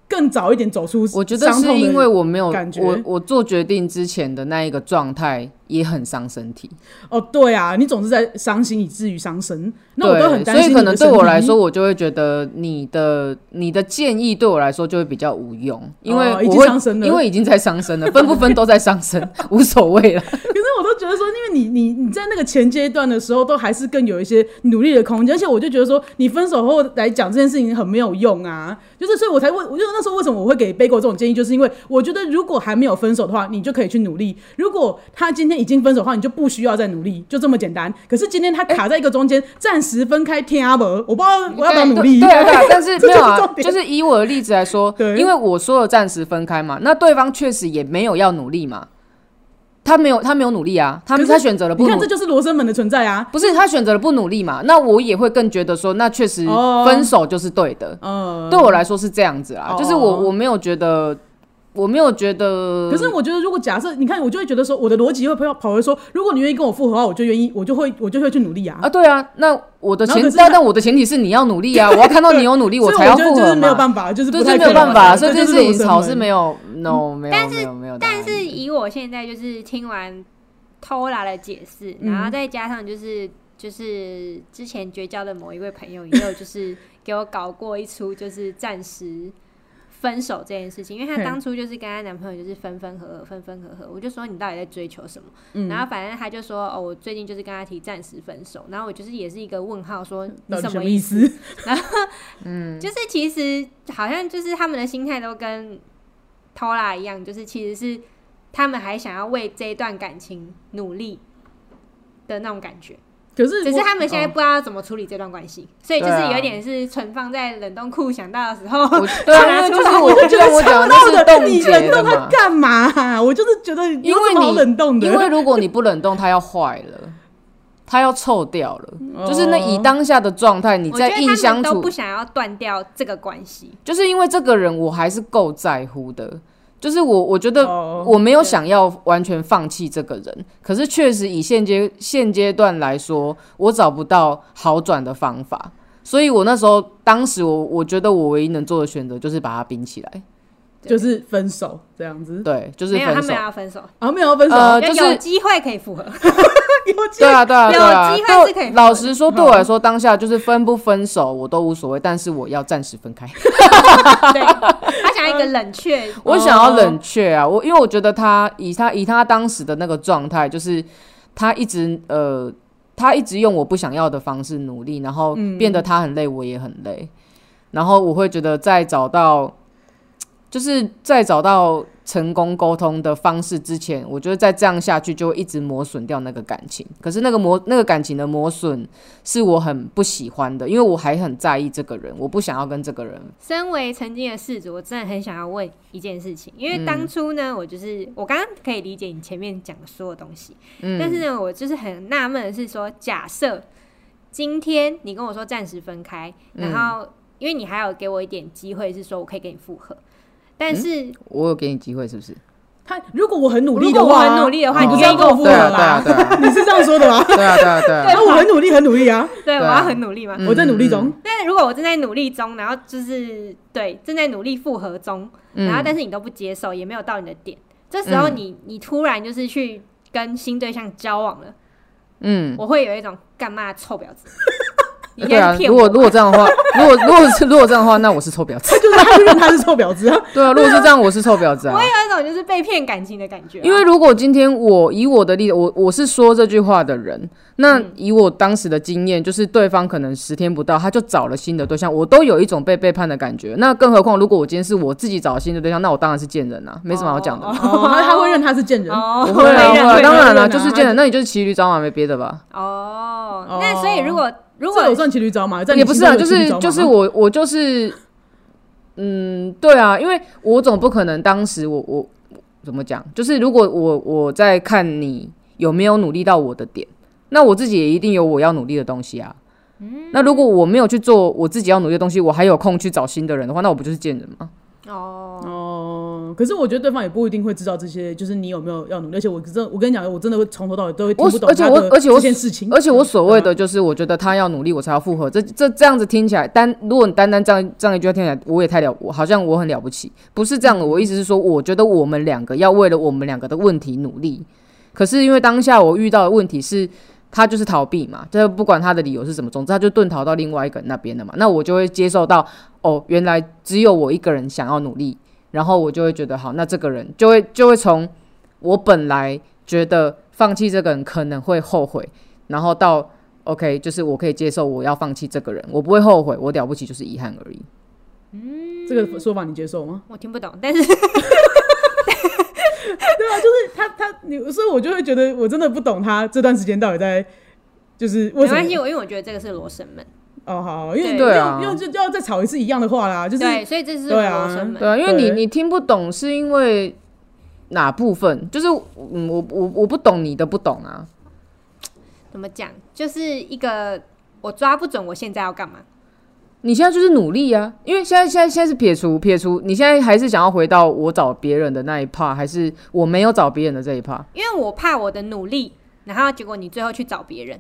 Speaker 1: 更早一点走出
Speaker 3: 我觉得
Speaker 1: 伤
Speaker 3: 是
Speaker 1: 痛的
Speaker 3: 因为我没有
Speaker 1: 感觉
Speaker 3: 我我做决定之前的那一个状态也很伤身体，
Speaker 1: 哦，对啊，你总是在伤心以至于伤身，那我都很
Speaker 3: 对，
Speaker 1: 担
Speaker 3: 所
Speaker 1: 心。
Speaker 3: 以可能对我来说，，我就会觉得你的你的建议对我来说就会比较无用，因为
Speaker 1: 哦已经
Speaker 3: 我会
Speaker 1: 伤身了
Speaker 3: 因为已经在伤身了，分不分都在
Speaker 1: [LAUGHS]
Speaker 3: 伤身，无所谓了。
Speaker 1: [LAUGHS] 可是我都觉得说，因为你你你在那个前阶段的时候，都还是更有一些努力的空间，而且我就觉得说，你分手后来讲这件事情很没有用啊，就是所以我才会，我就那时候为什么我会给 Bagel 这种建议，就是因为我觉得如果还没有分手的话，你就可以去努力；如果他今天已经分手的话，你就不需要再努力，就这么简单。可是今天他卡在一个中间，暂时分开天阿伯，我不知道我要不要努力。
Speaker 3: 对对啊，对啊，但是
Speaker 1: 这
Speaker 3: 没有啊
Speaker 1: 就是重，点
Speaker 3: 就是以我的例子来说，
Speaker 1: 对
Speaker 3: 因为我说了暂时分开嘛，那对方确实也没有要努力嘛，他没有他没有努力啊，他
Speaker 1: 可是
Speaker 3: 他选择
Speaker 1: [LAUGHS]
Speaker 3: 了
Speaker 1: 你
Speaker 3: 不
Speaker 1: 看，
Speaker 3: 努
Speaker 1: 这就是罗生门的存在啊。
Speaker 3: 不是他选择了不努力嘛，那我也会更觉得说，那确实
Speaker 1: 哦
Speaker 3: 分手就是对的，
Speaker 1: 呃，
Speaker 3: 对我来说是这样子啦，
Speaker 1: 哦
Speaker 3: 就是我我没有觉得，我没有觉得，
Speaker 1: 可是我觉得，如果假设你看，我就会觉得说，我的逻辑会跑跑回说，如果你愿意跟我复合的话，我就愿意，我就会我就会去努力啊。
Speaker 3: 啊，对啊，那我的
Speaker 1: 然后
Speaker 3: 前
Speaker 1: 可是
Speaker 3: 但但我的前提是你要努力啊，我要看到你有努
Speaker 1: [LAUGHS]
Speaker 3: 力，
Speaker 1: 所以
Speaker 3: 才要
Speaker 1: 觉得就
Speaker 3: 复
Speaker 1: 是
Speaker 3: 合
Speaker 1: 没有
Speaker 3: 嘛，
Speaker 1: 办法，就是
Speaker 3: 对，
Speaker 1: 不
Speaker 3: 这
Speaker 1: 太
Speaker 3: 没有
Speaker 1: 可能啊
Speaker 3: 办法，所以
Speaker 1: 对
Speaker 3: 这
Speaker 1: 就
Speaker 3: 件
Speaker 1: 是
Speaker 3: 事情吵是没
Speaker 1: 有。
Speaker 3: 有，no 没有，没有没有，
Speaker 2: 但是以我现在就是听完偷拉的解释，
Speaker 1: 嗯
Speaker 2: 然后再加上就是就是之前绝交的某一位朋友也有就是给我搞过一出就是暂时分手这件事情，因为她
Speaker 1: 嘿
Speaker 2: 当初就是跟她男朋友就是分分合合，分分合合，我就说你到底在追求什么？
Speaker 1: 嗯
Speaker 2: 然后反正她就说哦，我最近就是跟他提暂时分手，然后我就是也是一个问号说你
Speaker 1: 到底
Speaker 2: 什
Speaker 1: 什
Speaker 2: 么
Speaker 1: 么意
Speaker 2: 思？
Speaker 1: 思？
Speaker 2: 就是其实好像就是他们的心态都跟 Tola 一样，就是其实是他们还想要为这一段感情努力的那种感觉，
Speaker 1: 可是
Speaker 2: 只是
Speaker 1: 我
Speaker 2: 他们现在
Speaker 1: 哦
Speaker 2: 不知道怎么处理这段关系，所以就
Speaker 3: 嗯对
Speaker 2: 是
Speaker 3: 啊
Speaker 2: 有点是存放在冷冻库，想到的时候
Speaker 3: 我对啊，
Speaker 2: [LAUGHS]
Speaker 3: 那就是 [LAUGHS] 我就像我讲的，那是
Speaker 1: 到底
Speaker 3: 冻
Speaker 1: 你
Speaker 3: 结
Speaker 1: 冷
Speaker 3: 的
Speaker 1: 冻它
Speaker 3: 嘛。
Speaker 1: 干嘛啊？我就是觉得有
Speaker 3: 因为
Speaker 1: 什么好
Speaker 3: 你
Speaker 1: 冷冻的，
Speaker 3: 因为如果你不冷冻，它要坏
Speaker 2: [LAUGHS]
Speaker 3: 了，它要臭掉了。
Speaker 1: 哦
Speaker 3: 就是那以当下的状态，你
Speaker 2: 我觉
Speaker 3: 在
Speaker 2: 得
Speaker 3: 硬
Speaker 2: 他
Speaker 3: 相
Speaker 2: 们都不
Speaker 3: 处，
Speaker 2: 想要断掉这个关系。
Speaker 3: 就是因为这个人我还是够在乎的。就是我，我觉得
Speaker 1: 哦
Speaker 3: 我没有想要完全放弃这个人，可是确实以现阶现阶段来说，我找不到好转的方法，所以我那时候当时我我觉得我唯一能做的选择就是把它冰起来，
Speaker 1: 就是分手这样子
Speaker 3: 对，就是
Speaker 2: 没有，他
Speaker 3: 分手
Speaker 2: 们。要分手，
Speaker 1: 啊，没有分手，
Speaker 3: 呃
Speaker 2: 要
Speaker 3: 就是
Speaker 2: 有机会可以复合。
Speaker 1: 有
Speaker 3: 对啊，对啊，对啊。
Speaker 2: 有机会
Speaker 3: 但
Speaker 2: 是可以分嗯
Speaker 3: 老实说，对我来说，当下就是分不分手我都无所谓，但是我要暂时分开。
Speaker 2: 对，他想要一个冷
Speaker 3: [LAUGHS]
Speaker 2: 却。
Speaker 3: 我想要冷却啊，我因为我觉得他以他以他当时的那个状态，就是他一直呃，他一直用我不想要的方式努力，然后变得他很累，我也很累，然后我会觉得在找到，就是在找到成功沟通的方式之前，我觉得再这样下去就会一直磨损掉那个感情。可是那个磨那个感情的磨损是我很不喜欢的，因为我还很在意这个人，我不想要跟这个人
Speaker 2: 身为曾经的事主，我真的很想要问一件事情，因为当初
Speaker 1: 嗯
Speaker 2: 呢，我就是我刚刚可以理解你前面讲的所有东西，
Speaker 1: 嗯
Speaker 2: 但是呢，我就是很纳闷的是说，假设今天你跟我说暂时分开，然后、
Speaker 1: 嗯
Speaker 2: 因为你还有给我一点机会，是说我可以跟你复合，但是
Speaker 3: 我有给你机会，是不是？
Speaker 1: 他如果我很嗯努力
Speaker 2: 如
Speaker 1: 的
Speaker 2: 果我
Speaker 1: 话，哦
Speaker 2: 很努力的话
Speaker 1: 你不
Speaker 2: 你
Speaker 1: 是
Speaker 2: 愿
Speaker 1: 要
Speaker 2: 意
Speaker 1: 跟我复
Speaker 3: 对
Speaker 1: 合
Speaker 3: 啊，对啊，
Speaker 1: 吧？
Speaker 3: 对啊，
Speaker 1: 你是这样说的吧？
Speaker 3: 对啊，对啊，对啊。嗯
Speaker 1: 那我很努力，很努力啊，
Speaker 2: 对
Speaker 3: 对
Speaker 2: 我
Speaker 3: 啊
Speaker 2: 要很努力嘛。
Speaker 1: 我在努力中。
Speaker 2: 但如果我正在努力中，然后就是对正在努力复合中，
Speaker 3: 嗯
Speaker 2: 然后但是你都不接受，也没有到你的点，这时候你、你突然就是去跟新对象交往了，
Speaker 3: 嗯， [LAUGHS]
Speaker 2: 我会有一种干嘛臭婊子，你
Speaker 3: 对啊
Speaker 2: 在，骗
Speaker 3: 如果
Speaker 2: 我
Speaker 3: 如果这样的话，如果如果是如果这样的话，那我是臭婊子。
Speaker 1: 就是他就认他是臭婊子啊，
Speaker 3: 对 [LAUGHS] 啊，如果是这样，我是臭婊子啊。
Speaker 2: 有一种就是被骗感情的感觉啊、
Speaker 3: 因为如果今天我以我的例子，我我是说这句话的人，那以我当时的经验，就是对方可能十天不到他就找了新的对象，我都有一种被背叛的感觉。那更何况如果我今天是我自己找新的对象，那我当然是贱人啊，没什么好讲的。 [LAUGHS]
Speaker 1: 哦，他他会认他是贱人，
Speaker 2: 哦，
Speaker 3: 我会
Speaker 2: [LAUGHS]
Speaker 3: 啊，
Speaker 1: 会
Speaker 3: 会
Speaker 1: 认
Speaker 3: 啊，
Speaker 1: 会
Speaker 3: 当然
Speaker 1: 认
Speaker 3: 了，
Speaker 1: 啊
Speaker 3: 就是
Speaker 1: 他
Speaker 3: 贱人，那你就是骑驴找马，没别的吧？
Speaker 2: 哦
Speaker 1: 哦，
Speaker 2: 那所以如果如
Speaker 1: 这
Speaker 2: 果
Speaker 1: 有算骑驴找马，在你
Speaker 3: 也不是啊，
Speaker 1: 心
Speaker 3: 就
Speaker 1: 中有骑驴
Speaker 3: 是
Speaker 1: 找马
Speaker 3: 就是
Speaker 1: 吗
Speaker 3: 我我就是，嗯，对啊，因为我总不可能当时我我怎么讲，就是如果我我在看你有没有努力到我的点，那我自己也一定有我要努力的东西啊。
Speaker 1: 嗯
Speaker 3: 那如果我没有去做我自己要努力的东西，我还有空去找新的人的话，那我不就是贱人吗？
Speaker 2: 哦，
Speaker 1: 哦，可是我觉得对方也不一定会知道这些，就是你有没有要努力。而且我真，我跟你讲，我真的会从头到尾都会听不懂
Speaker 3: 我而且我
Speaker 1: 他的
Speaker 3: 而且我嗯
Speaker 1: 这件事情。
Speaker 3: 而且我所谓的就是，我觉得他要努力，我才要复合。这这这样子听起来，单如果你单单这样这样一句话听起来，我也太了，我好像我很了不起，不是这样的。我意思是说，我觉得我们两个要为了我们两个的问题努力。可是因为当下我遇到的问题是，他就是逃避嘛，就是不管他的理由是什么，总之他就遁逃到另外一个人那边了嘛。那我就会接受到，哦，原来只有我一个人想要努力，然后我就会觉得好，那这个人就会就会从我本来觉得放弃这个人可能会后悔，然后到 OK，就是我可以接受我要放弃这个人，我不会后悔，我了不起就是遗憾而已。
Speaker 1: 这个说法你接受吗？
Speaker 2: 我听不懂，但是
Speaker 1: 对他他你，所以我就会觉得我真的不懂他这段时间到底在就是为什
Speaker 2: 没
Speaker 1: 么
Speaker 2: 关系，我因为我觉得这个是罗生门，
Speaker 1: 哦好，因为又
Speaker 2: 对
Speaker 3: 对啊
Speaker 1: 又就就要再吵一次一样的话啦，就是
Speaker 2: 对，所以这是
Speaker 1: 对啊
Speaker 2: 罗生门
Speaker 3: 对。啊，因为你
Speaker 1: 对
Speaker 3: 你听不懂是因为哪部分？就是嗯，我我我不懂你的不懂啊。
Speaker 2: 怎么讲？就是一个我抓不准我现在要干嘛。
Speaker 3: 你现在就是努力啊，因为现在现在现在是撇除撇除，你现在还是想要回到我找别人的那一 part，还是我没有找别人的这一 part？
Speaker 2: 因为我怕我的努力，然后结果你最后去找别人，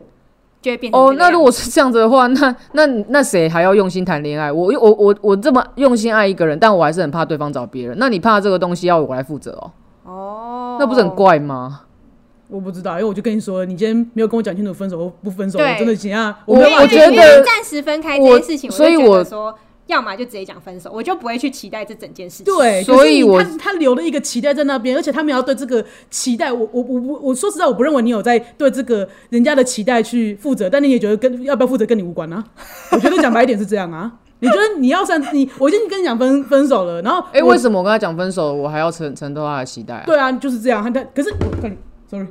Speaker 2: 就会变成这
Speaker 3: 哦，
Speaker 2: 个
Speaker 3: 那
Speaker 2: 样
Speaker 3: 如果是这样子的话，那那那谁还要用心谈恋爱？我我我我这么用心爱一个人，但我还是很怕对方找别人。那你怕这个东西要我来负责哦，
Speaker 2: 哦，
Speaker 3: 那不是很怪吗？
Speaker 1: 我不知道，因为我就跟你说，你今天没有跟我讲清楚分手或不分手，
Speaker 2: 对
Speaker 1: 我真的想要
Speaker 3: 我
Speaker 1: 没有
Speaker 2: 因
Speaker 1: 办
Speaker 2: 为
Speaker 1: 法
Speaker 3: 我
Speaker 1: 接
Speaker 3: 觉
Speaker 1: 受
Speaker 2: 因
Speaker 3: 得
Speaker 2: 为暂时分开这件事情，
Speaker 3: 我所以
Speaker 2: 就觉得
Speaker 3: 我
Speaker 2: 说，要么就直接讲分手，我就不会去期待这整件事情。
Speaker 1: 对，
Speaker 3: 所
Speaker 1: 可是
Speaker 3: 以
Speaker 1: 你
Speaker 3: 我
Speaker 1: 他他留了一个期待在那边，而且他们要对这个期待，我我我我我说实在，我不认为你有在对这个人家的期待去负责，但你也觉得跟要不要负责跟你无
Speaker 3: [LAUGHS]
Speaker 1: 关啊？我觉得讲白一点是这样啊，你觉得你要算你，我已经跟你讲分分手了，然后
Speaker 3: 哎、
Speaker 1: 我
Speaker 3: 为什么我跟他讲分手，我还要承承受他的期待、啊？
Speaker 1: 对啊，就是这样。他他可是我看你，sorry，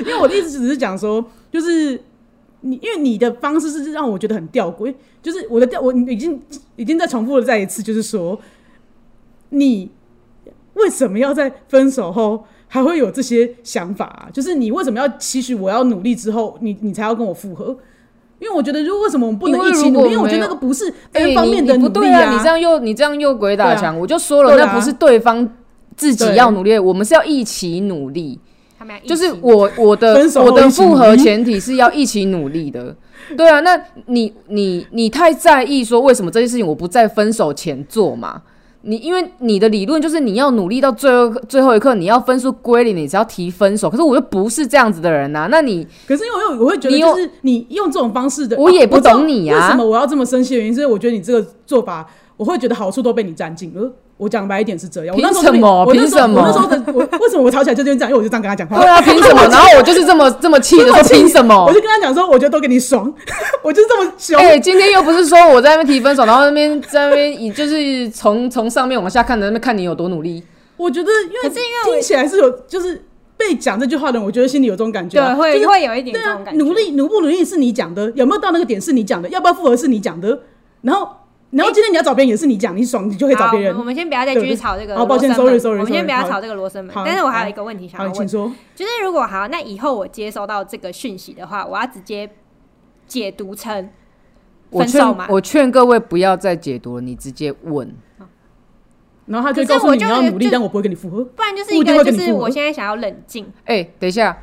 Speaker 1: 因为我的意思只是讲说，就是你因为你的方式是让我觉得很吊诡，就是我的吊我已经已经在重复了再一次，就是说你为什么要在分手后？还会有这些想法啊？就是你为什么要期许我要努力之后，你你才要跟我复合？因为我觉得，如果为什么我们不能
Speaker 3: 因为
Speaker 1: 一起
Speaker 3: 如
Speaker 1: 努
Speaker 3: 果
Speaker 1: 力？因为我觉得
Speaker 3: 没
Speaker 1: 那
Speaker 3: 有
Speaker 1: 个不是
Speaker 3: 哎、
Speaker 1: 单方面的
Speaker 3: 你
Speaker 1: 努
Speaker 3: 你不
Speaker 1: 力啊
Speaker 3: 对你这样又你这样又鬼打
Speaker 1: 对啊
Speaker 3: 墙，我就说了，
Speaker 1: 对啊
Speaker 3: 那不是对方自己
Speaker 1: 对
Speaker 3: 要努力，我们是要一起努力。
Speaker 2: 他们要一起
Speaker 3: 就是我我的
Speaker 1: 分手后
Speaker 3: 我的
Speaker 1: 一起
Speaker 3: 复
Speaker 1: 努
Speaker 3: 合
Speaker 1: 力
Speaker 3: 前提是要一起努力
Speaker 1: [LAUGHS]
Speaker 3: 的。对啊，那你你你太在意说为什么这件事情我不在分手前做嘛？你因为你的理论就是你要努力到最后最后一刻，你要分数归零，你才要提分手。可是我又不是这样子的人呐、啊那你
Speaker 1: 可是因为我我会觉得，
Speaker 3: 你有
Speaker 1: 就是你用这种方式的，
Speaker 3: 我也不
Speaker 1: 知道
Speaker 3: 懂你啊
Speaker 1: 为什么我要这么生气的原因，是因为我觉得你这个做法，我会觉得好处都被你占尽了。我讲白一点是这样，我那时候
Speaker 3: 凭什么
Speaker 1: 我那时候
Speaker 3: 凭什么
Speaker 1: 我那时候的我为什么我吵起来就这样，因为我就这样跟他讲话。
Speaker 3: 对啊，
Speaker 1: [LAUGHS]
Speaker 3: 凭什么？然后我就是这么这么气的
Speaker 1: 我
Speaker 3: 说
Speaker 1: 就气
Speaker 3: 凭什么
Speaker 1: 我？就跟他讲说，我觉得都给你爽， [LAUGHS] 我就是这么凶。
Speaker 3: 哎、今天又不是说我在那边提分手，然后那边在那边以就是从从上面往下看的那边看你有多努力。
Speaker 1: 我觉得，因为
Speaker 2: 可是因为我
Speaker 1: 听起来是有，就是被讲这句话的人，我觉得心里有这种感觉啊、
Speaker 2: 对会、
Speaker 1: 就是
Speaker 2: 会有一点
Speaker 1: 对
Speaker 2: 这
Speaker 1: 啊
Speaker 2: 种，感觉。
Speaker 1: 努力努不努力是你讲的，有没有到那个点是你讲的，要不要复合是你讲的，然后然
Speaker 2: 哎
Speaker 1: 后今天你要找别人也是你讲，你爽你就可以找
Speaker 2: 好
Speaker 1: 别人
Speaker 2: 我。们先不要再
Speaker 1: 对
Speaker 2: 继续
Speaker 1: 对
Speaker 2: 吵这个
Speaker 1: 好抱
Speaker 2: 罗
Speaker 1: 歉
Speaker 2: 生门。
Speaker 1: ，sorry，sorry，
Speaker 2: 我们先
Speaker 1: sorry，
Speaker 2: 不要
Speaker 1: 好
Speaker 2: 吵这个罗生门
Speaker 1: 好。
Speaker 2: 但是我还有
Speaker 1: 好
Speaker 2: 一个问题想
Speaker 1: 好，
Speaker 2: 要
Speaker 1: 你请
Speaker 2: 问，
Speaker 1: 说。
Speaker 2: 就是如果好，那以后我接收到这个讯息的话，我要直接解读成
Speaker 3: 我
Speaker 2: 分
Speaker 3: 劝
Speaker 2: 手嘛？
Speaker 3: 我劝各位不要再解读了，你直接问。
Speaker 1: 然后他就
Speaker 2: 可是
Speaker 1: 告诉
Speaker 2: 我
Speaker 1: 你
Speaker 2: 就
Speaker 1: 你要
Speaker 2: 觉
Speaker 1: 努力，
Speaker 2: 就
Speaker 1: 但我不会跟你复合。
Speaker 2: 不然就是一
Speaker 1: 我一定会
Speaker 2: 个，就
Speaker 1: 跟你
Speaker 2: 是
Speaker 1: 复合
Speaker 2: 我现在想要冷静，
Speaker 3: 哎、等一下，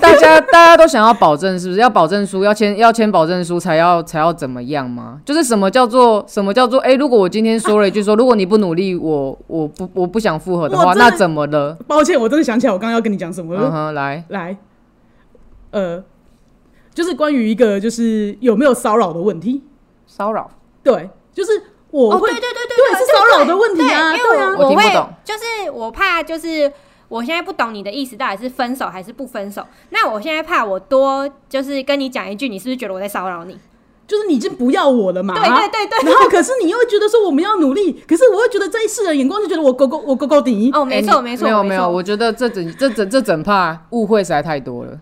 Speaker 3: 大家大家都想要保证是不是？要保证书，要签要签保证书才要才要怎么样吗？就是什么叫做什么叫做哎、如果我今天说了一句说，如果你不努力，我我不我不想复合的话，
Speaker 1: 哇真的
Speaker 3: 那怎么了？啊
Speaker 1: 抱歉，我真的想起来我刚刚要跟你讲什么
Speaker 3: 嗯
Speaker 1: 了。
Speaker 3: 哼，来，
Speaker 1: 来，呃，就是关于一个就是有没有骚扰的问题。
Speaker 3: 骚扰，
Speaker 1: 对，就是我
Speaker 2: 哦，
Speaker 1: 会、
Speaker 2: 对对对
Speaker 1: 对
Speaker 2: 对，
Speaker 1: 是骚扰的问题啊
Speaker 2: 对因为
Speaker 1: 对啊
Speaker 3: 我
Speaker 2: 我
Speaker 3: 听不
Speaker 2: 会
Speaker 3: 懂
Speaker 2: 就是我怕就是。我现在不懂你的意思，到底是分手还是不分手？那我现在怕我多就是跟你讲一句，你是不是觉得我在骚扰你？
Speaker 1: 就是你已经不要我了嘛。
Speaker 2: 对对对对。
Speaker 1: 然后，可是你又会觉得说我们要努力，可是我又觉得在世人眼光就觉得我勾勾我勾勾底，
Speaker 2: 哦，没
Speaker 3: 哎
Speaker 2: 错
Speaker 3: 你
Speaker 2: 没错，
Speaker 3: 没有没有，
Speaker 2: 错
Speaker 3: 我觉得这整这整这整怕误会实在太多了。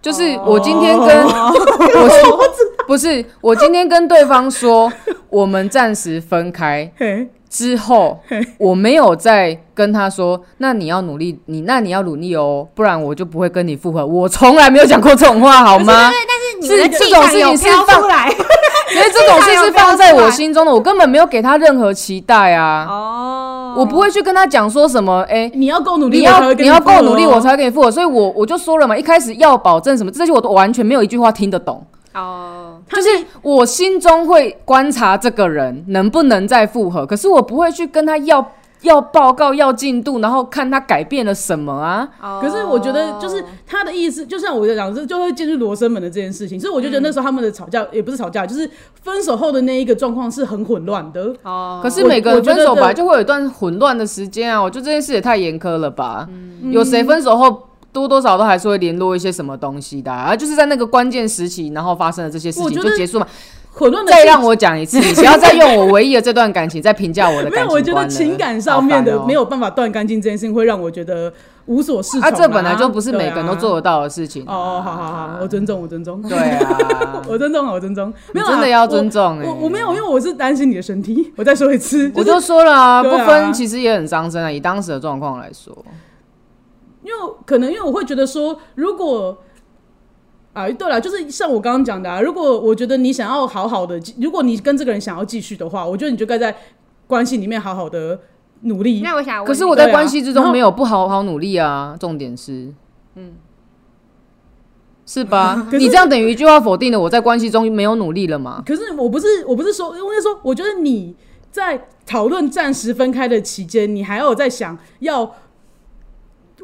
Speaker 3: 就是
Speaker 2: 哦
Speaker 3: 我今
Speaker 2: [LAUGHS]
Speaker 3: 天跟、我是不是我今天跟对方说我们暂时分开
Speaker 1: 嘿，
Speaker 3: 之后
Speaker 1: 嘿，
Speaker 3: 我没有再跟他说，那你要努力，你那你要努力哦，不然我就不会跟你复合。我从来没有讲过这种话，好吗？
Speaker 2: 但是你
Speaker 3: 是
Speaker 2: 的
Speaker 3: 这
Speaker 2: 气
Speaker 3: 种
Speaker 2: 场
Speaker 3: 事
Speaker 2: 有
Speaker 3: 情是
Speaker 2: 飘
Speaker 3: 放
Speaker 2: 出来
Speaker 3: 因为这种事是放在我心中的，我根本没有给他任何期待啊，
Speaker 2: 哦，
Speaker 3: 我不会去跟他讲说什么，哎、
Speaker 1: 你要够努力，
Speaker 3: 你
Speaker 1: 我才
Speaker 3: 要
Speaker 1: 会跟
Speaker 3: 你要
Speaker 1: 复
Speaker 3: 够
Speaker 1: 合
Speaker 3: 努力，
Speaker 1: 哦
Speaker 3: 我才会给你复合。所以我我就说了嘛，一开始要保证什么这些我都完全没有一句话听得懂。
Speaker 2: 哦，
Speaker 1: 他
Speaker 3: 就是我心中会观察这个人能不能再复合，可是我不会去跟他要要报告、要进度，然后看他改变了什么啊。
Speaker 2: 哦
Speaker 1: 可是我觉得，
Speaker 3: 哦
Speaker 1: 就是他的意思，就像我在讲，这就会进入罗生门的这件事情，所以我就
Speaker 3: 嗯
Speaker 1: 觉得那时候他们的吵架、也不是吵架，就是分手后的那一个状况是很混乱的。
Speaker 2: 哦，
Speaker 3: 可是
Speaker 1: 我
Speaker 3: 每个人
Speaker 1: 我觉
Speaker 3: 分
Speaker 1: 得这
Speaker 3: 手本来就会有一段混乱的时间啊，我觉得这件事也太严苛了吧？
Speaker 1: 嗯
Speaker 3: 嗯有谁分手后？多多少少都还是会联络一些什么东西的、啊，而就是在那个关键时期，然后发生了这些事
Speaker 1: 我
Speaker 3: 情
Speaker 1: 觉
Speaker 3: 就
Speaker 1: 得
Speaker 3: 结束嘛。
Speaker 1: 混乱的
Speaker 3: [LAUGHS] 再
Speaker 1: 是 [LAUGHS]
Speaker 3: 让我讲一次，你不要再用我唯一的这段感情再评价我的
Speaker 1: [LAUGHS] 没
Speaker 3: 感
Speaker 1: 有，
Speaker 3: 情
Speaker 1: 我觉
Speaker 3: 观
Speaker 1: 得
Speaker 3: 了
Speaker 1: 情感上面
Speaker 3: 好
Speaker 1: 的
Speaker 3: 烦哦
Speaker 1: 没有办法断干净这件事情，会让我觉得无所适从
Speaker 3: 啊，这本来就不是
Speaker 1: 对
Speaker 3: 每个人都
Speaker 1: 啊
Speaker 3: 做得到的事情、啊。
Speaker 1: 哦，好好好，我尊重，我尊重，，
Speaker 3: 对啊
Speaker 1: [LAUGHS] 我尊重啊，我尊重，没有啊
Speaker 3: 你真的要尊重欸
Speaker 1: 我我我没有，因为我是担心你的身体。我再说一次，
Speaker 3: 我
Speaker 1: 就是
Speaker 3: 就说了啊，
Speaker 1: 对
Speaker 3: 不
Speaker 1: 啊
Speaker 3: 分其实也很伤身啊。以当时的状况来说，
Speaker 1: 因为我可能因为我会觉得说，如果啊，对了，就是像我刚刚讲的、啊，如果我觉得你想要好好的，如果你跟这个人想要继续的话，我觉得你就该在关系里面好好的努力。
Speaker 2: 那我想问你，
Speaker 3: 可是我在
Speaker 1: 对啊
Speaker 3: 关系之
Speaker 1: 然
Speaker 3: 中
Speaker 1: 后
Speaker 3: 没有不好好努力啊。重点是，嗯
Speaker 2: 嗯，
Speaker 3: 是吧？
Speaker 1: [LAUGHS] 可是
Speaker 3: 你这样等于一句话否定了我在关系中没有努力了嘛？
Speaker 1: 可是我不是我不是说，因为说我觉得你在讨论暂时分开的期间，你还有在想要。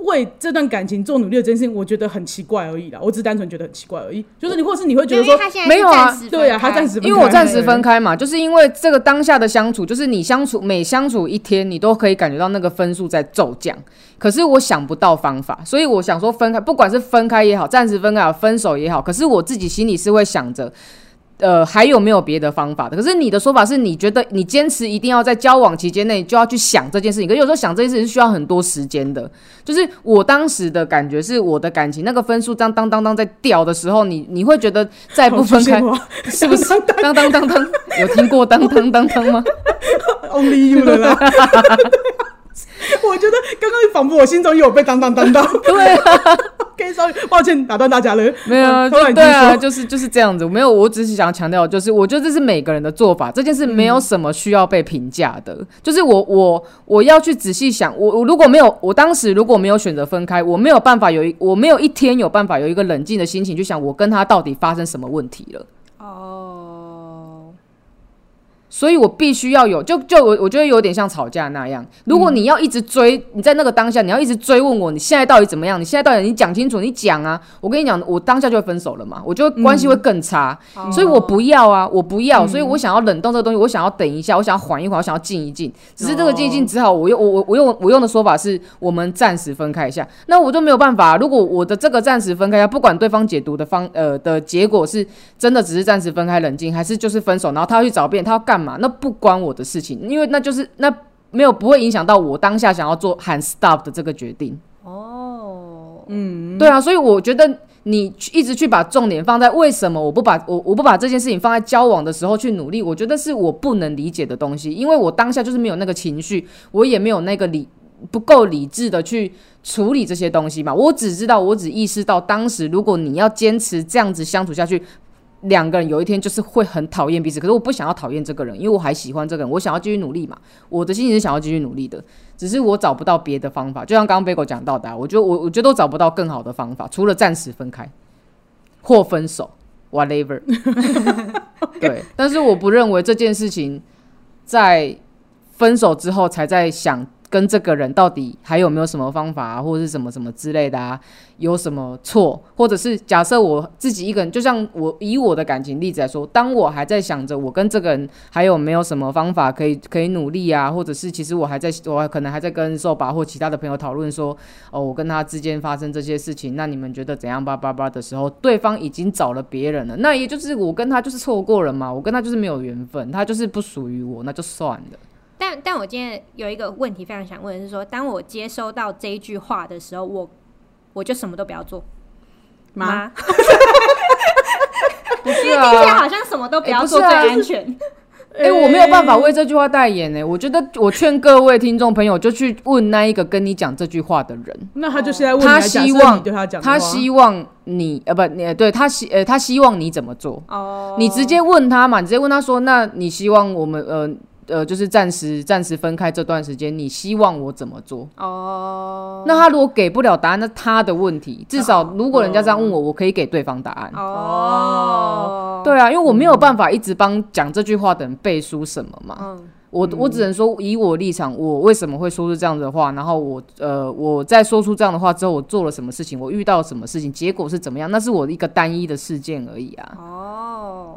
Speaker 1: 为这段感情做努力的这件事情，我觉得很奇怪而已啦。我只是单纯觉得很奇怪而已，就是你或是你会觉
Speaker 2: 哦因
Speaker 1: 得
Speaker 2: 为
Speaker 1: 说，
Speaker 2: 他现在是
Speaker 3: 没有啊
Speaker 2: 暂时
Speaker 1: 对啊，
Speaker 2: 分
Speaker 1: 他
Speaker 2: 开
Speaker 1: 暂时分
Speaker 3: 因为我
Speaker 1: 开
Speaker 3: 暂
Speaker 1: 了
Speaker 3: 时分开嘛，就是因为这个当下的相处，就是你相处每相处一天，你都可以感觉到那个分数在骤降。可是我想不到方法，所以我想说分开，不管是分开也好，暂时分开也好，分手也好，可是我自己心里是会想着。呃，还有没有别的方法的？可是你的说法是你觉得你坚持一定要在交往期间内就要去想这件事情，可是有时候想这件事情是需要很多时间的。就是我当时的感觉是我的感情那个分数当当当当在掉的时候，你你会觉得
Speaker 1: [LAUGHS]
Speaker 3: 再不分开，是不是？当当当当，有听过当当当当吗？
Speaker 1: Only you 了啦。我觉得刚刚仿佛我心中也有被当当当到，
Speaker 3: 对啊，
Speaker 1: 可以稍微抱歉打断大家了。
Speaker 3: 没有啊，
Speaker 1: 突
Speaker 3: 就
Speaker 1: 然
Speaker 3: 对啊，
Speaker 1: 听说，
Speaker 3: 就是就是这样子。没有，我只是想强调，就是我觉得这是每个人的做法，这件事没有什么需要被评价的。就是我我我要去仔细想，我我如果没有，我当时如果没有选择分开，我没有办法有一，我没有一天有办法有一个冷静的心情去想，我跟他到底发生什么问题了。
Speaker 2: 哦，
Speaker 3: 所以我必须要有，就就我我觉得有点像吵架那样。如果你要一直追，你在那个当下，你要一直追问我，你现在到底怎么样？你现在到底你讲清楚，你讲啊！我跟你讲，我当下就会分手了嘛，我就会关系会更差。
Speaker 2: 哦
Speaker 3: 所以我不要啊，我不要，所以我想要冷冻这个东西，我想要等一下，我想要缓一缓，我想要静一静。只是这个静一静，只好我用我我我用我用的说法是我们暂时分开一下，那我就没有办法啊、如果我的这个暂时分开一下，不管对方解读的方呃的结果是真的只是暂时分开冷静，还是就是分手，然后他要去找别人，他要干嘛？那不关我的事情，因为那就是那没有不会影响到我当下想要做喊 stop 的这个决定。
Speaker 2: 哦，
Speaker 3: 对啊，所以我觉得你去一直去把重点放在为什么我不把我我不把这件事情放在交往的时候去努力，我觉得是我不能理解的东西，因为我当下就是没有那个情绪，我也没有那个理不够理智的去处理这些东西嘛。我只知道，我只意识到，当时如果你要坚持这样子相处下去。两个人有一天就是会很讨厌彼此，可是我不想要讨厌这个人，因为我还喜欢这个人，我想要继续努力嘛。我的心情是想要继续努力的，只是我找不到别的方法。就像刚刚 Bagel 讲到的啊、我觉得我我觉得我找不到更好的方法，除了暂时分开或分手，whatever。对，但是我不认为这件事情在分手之后才在想跟这个人到底还有没有什么方法、啊，或者是什么什么之类的啊，有什么错，或者是假设我自己一个人，就像我以我的感情例子来说，当我还在想着我跟这个人还有没有什么方法可以可以努力啊，或者是其实我还在我可能还在跟瘦吧或其他的朋友讨论说，哦，我跟他之间发生这些事情，那你们觉得怎样吧吧吧的时候，对方已经找了别人了，那也就是我跟他就是错过了嘛，我跟他就是没有缘分，他就是不属于我，那就算了。
Speaker 2: 但但我今天有一个问题非常想问，是说，当我接收到这一句话的时候，我我就什么都不要做
Speaker 1: 妈，？
Speaker 3: 不是啊
Speaker 2: 听起来好像什么都不要做最
Speaker 3: 哎不是啊
Speaker 2: 安全。
Speaker 3: [LAUGHS] 哎、我没有办法为这句话代言呢、我觉得我劝各位听众朋友，就去问那一个跟你讲这句话的人，
Speaker 1: 那他就现在问你
Speaker 3: 他
Speaker 1: 假设
Speaker 3: 希
Speaker 1: 你
Speaker 3: 望
Speaker 1: 对他讲的话，
Speaker 3: 他希望你呃不你呃对他希呃他希望你怎么做，
Speaker 2: 哦，
Speaker 3: 你直接问他嘛，你直接问他说，那你希望我们呃呃就是暂时暂时分开这段时间，你希望我怎么做？
Speaker 2: 哦，
Speaker 3: 那他如果给不了答案，那他的问题。至少
Speaker 1: 哦
Speaker 3: 如果人家这样问我，我可以给对方答案。
Speaker 2: 哦，
Speaker 3: 对啊，因为我没有办法一直帮讲这句话的人背书什么嘛。
Speaker 2: 嗯，
Speaker 3: 我我只能说，以我立场，我为什么会说出这样的话？然后我呃，我在说出这样的话之后，我做了什么事情？我遇到了什么事情？结果是怎么样？那是我一个单一的事件而已啊。
Speaker 2: 哦，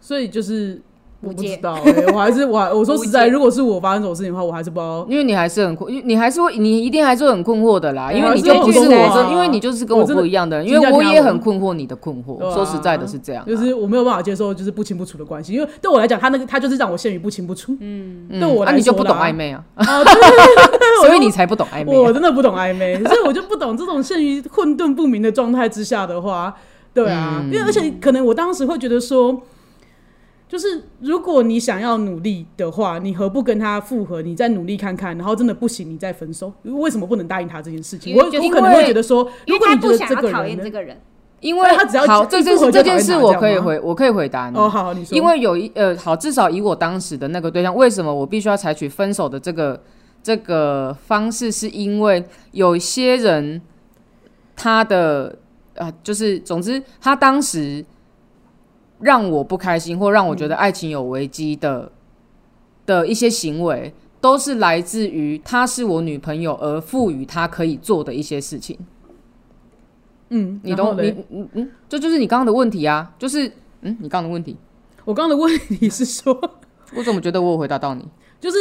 Speaker 1: 所以就是我
Speaker 2: 无
Speaker 1: 不
Speaker 2: 解
Speaker 1: 知道、欸，我还是我还我说实在，
Speaker 2: 无解
Speaker 1: 如果是我发生这种事情的话，我还是不知道。
Speaker 3: 因为你还是很困，因为你还是会，你一定还是会很困惑的啦。
Speaker 1: 我
Speaker 3: 因为
Speaker 1: 还
Speaker 3: 你
Speaker 1: 是
Speaker 3: 就
Speaker 2: 会
Speaker 3: 不是
Speaker 2: 很困惑啊
Speaker 3: 我这，因为你就是跟
Speaker 1: 我
Speaker 3: 我
Speaker 1: 真的
Speaker 3: 不一样的人，因
Speaker 1: 今
Speaker 3: 为
Speaker 1: 天
Speaker 3: 我
Speaker 1: 听
Speaker 3: 也
Speaker 1: 到
Speaker 3: 很
Speaker 1: 我
Speaker 3: 困惑你的困惑
Speaker 1: 对。啊
Speaker 3: 说实在的，是这样啊。
Speaker 1: 就是我没有办法接受，就是不清不楚的关系，因为对我来讲，他那个他就是让我陷于不清不
Speaker 3: [LAUGHS]
Speaker 1: 楚。
Speaker 2: 嗯，
Speaker 1: 对我
Speaker 3: 啊，
Speaker 1: 来
Speaker 3: 你就
Speaker 1: 说
Speaker 3: 不
Speaker 1: 啦
Speaker 3: 懂
Speaker 1: [LAUGHS]
Speaker 3: 暧昧啊，
Speaker 1: 啊，对
Speaker 3: 所以你才不懂暧昧
Speaker 1: 我
Speaker 3: 啊。
Speaker 1: 真的不懂暧昧，所以我就不懂这种陷于混沌不明的状态之下的话，对啊，因为而且可能我当时会觉得说，就是如果你想要努力的话，你何不跟他复合？你再努力看看，然后真的不行，你再分手。为什么不能答应他这件事情？
Speaker 2: 因为
Speaker 1: 我
Speaker 2: 就是
Speaker 1: 我可能
Speaker 3: 因为
Speaker 1: 会觉得说，如
Speaker 2: 因为
Speaker 1: 果
Speaker 2: 他
Speaker 1: 你觉
Speaker 2: 不
Speaker 1: 得
Speaker 2: 想
Speaker 1: 这
Speaker 2: 要
Speaker 1: 个
Speaker 2: 讨厌
Speaker 1: 人
Speaker 2: 这
Speaker 1: 呢，
Speaker 2: 个人，
Speaker 1: [LAUGHS]
Speaker 3: 因为
Speaker 1: 他只要
Speaker 3: 好，
Speaker 1: 一
Speaker 3: 这
Speaker 1: 一
Speaker 3: 件
Speaker 1: 复合
Speaker 3: 事
Speaker 1: 就
Speaker 3: 这件事
Speaker 1: 讨厌
Speaker 3: 我
Speaker 1: 他
Speaker 3: 可以
Speaker 1: 这样吗
Speaker 3: 回，我可以回答你。
Speaker 1: 哦，好，你说，
Speaker 3: 因为有一呃，好，至少以我当时的那个对象，为什么我必须要采取分手的这个这个方式，是因为有些人他的呃，就是总之他当时让我不开心，或让我觉
Speaker 1: 嗯
Speaker 3: 得爱情有危机的、的一些行为，都是来自于她是我女朋友而赋予她可以做的一些事情。
Speaker 1: 嗯，
Speaker 3: 你
Speaker 1: 然后
Speaker 3: 懂你
Speaker 1: 嘞
Speaker 3: 嗯嗯，这就是你刚刚的问题啊，就是嗯，你刚刚的问题，
Speaker 1: 我刚刚的问题是说，
Speaker 3: 我怎么觉得我有回答到你？
Speaker 1: 就是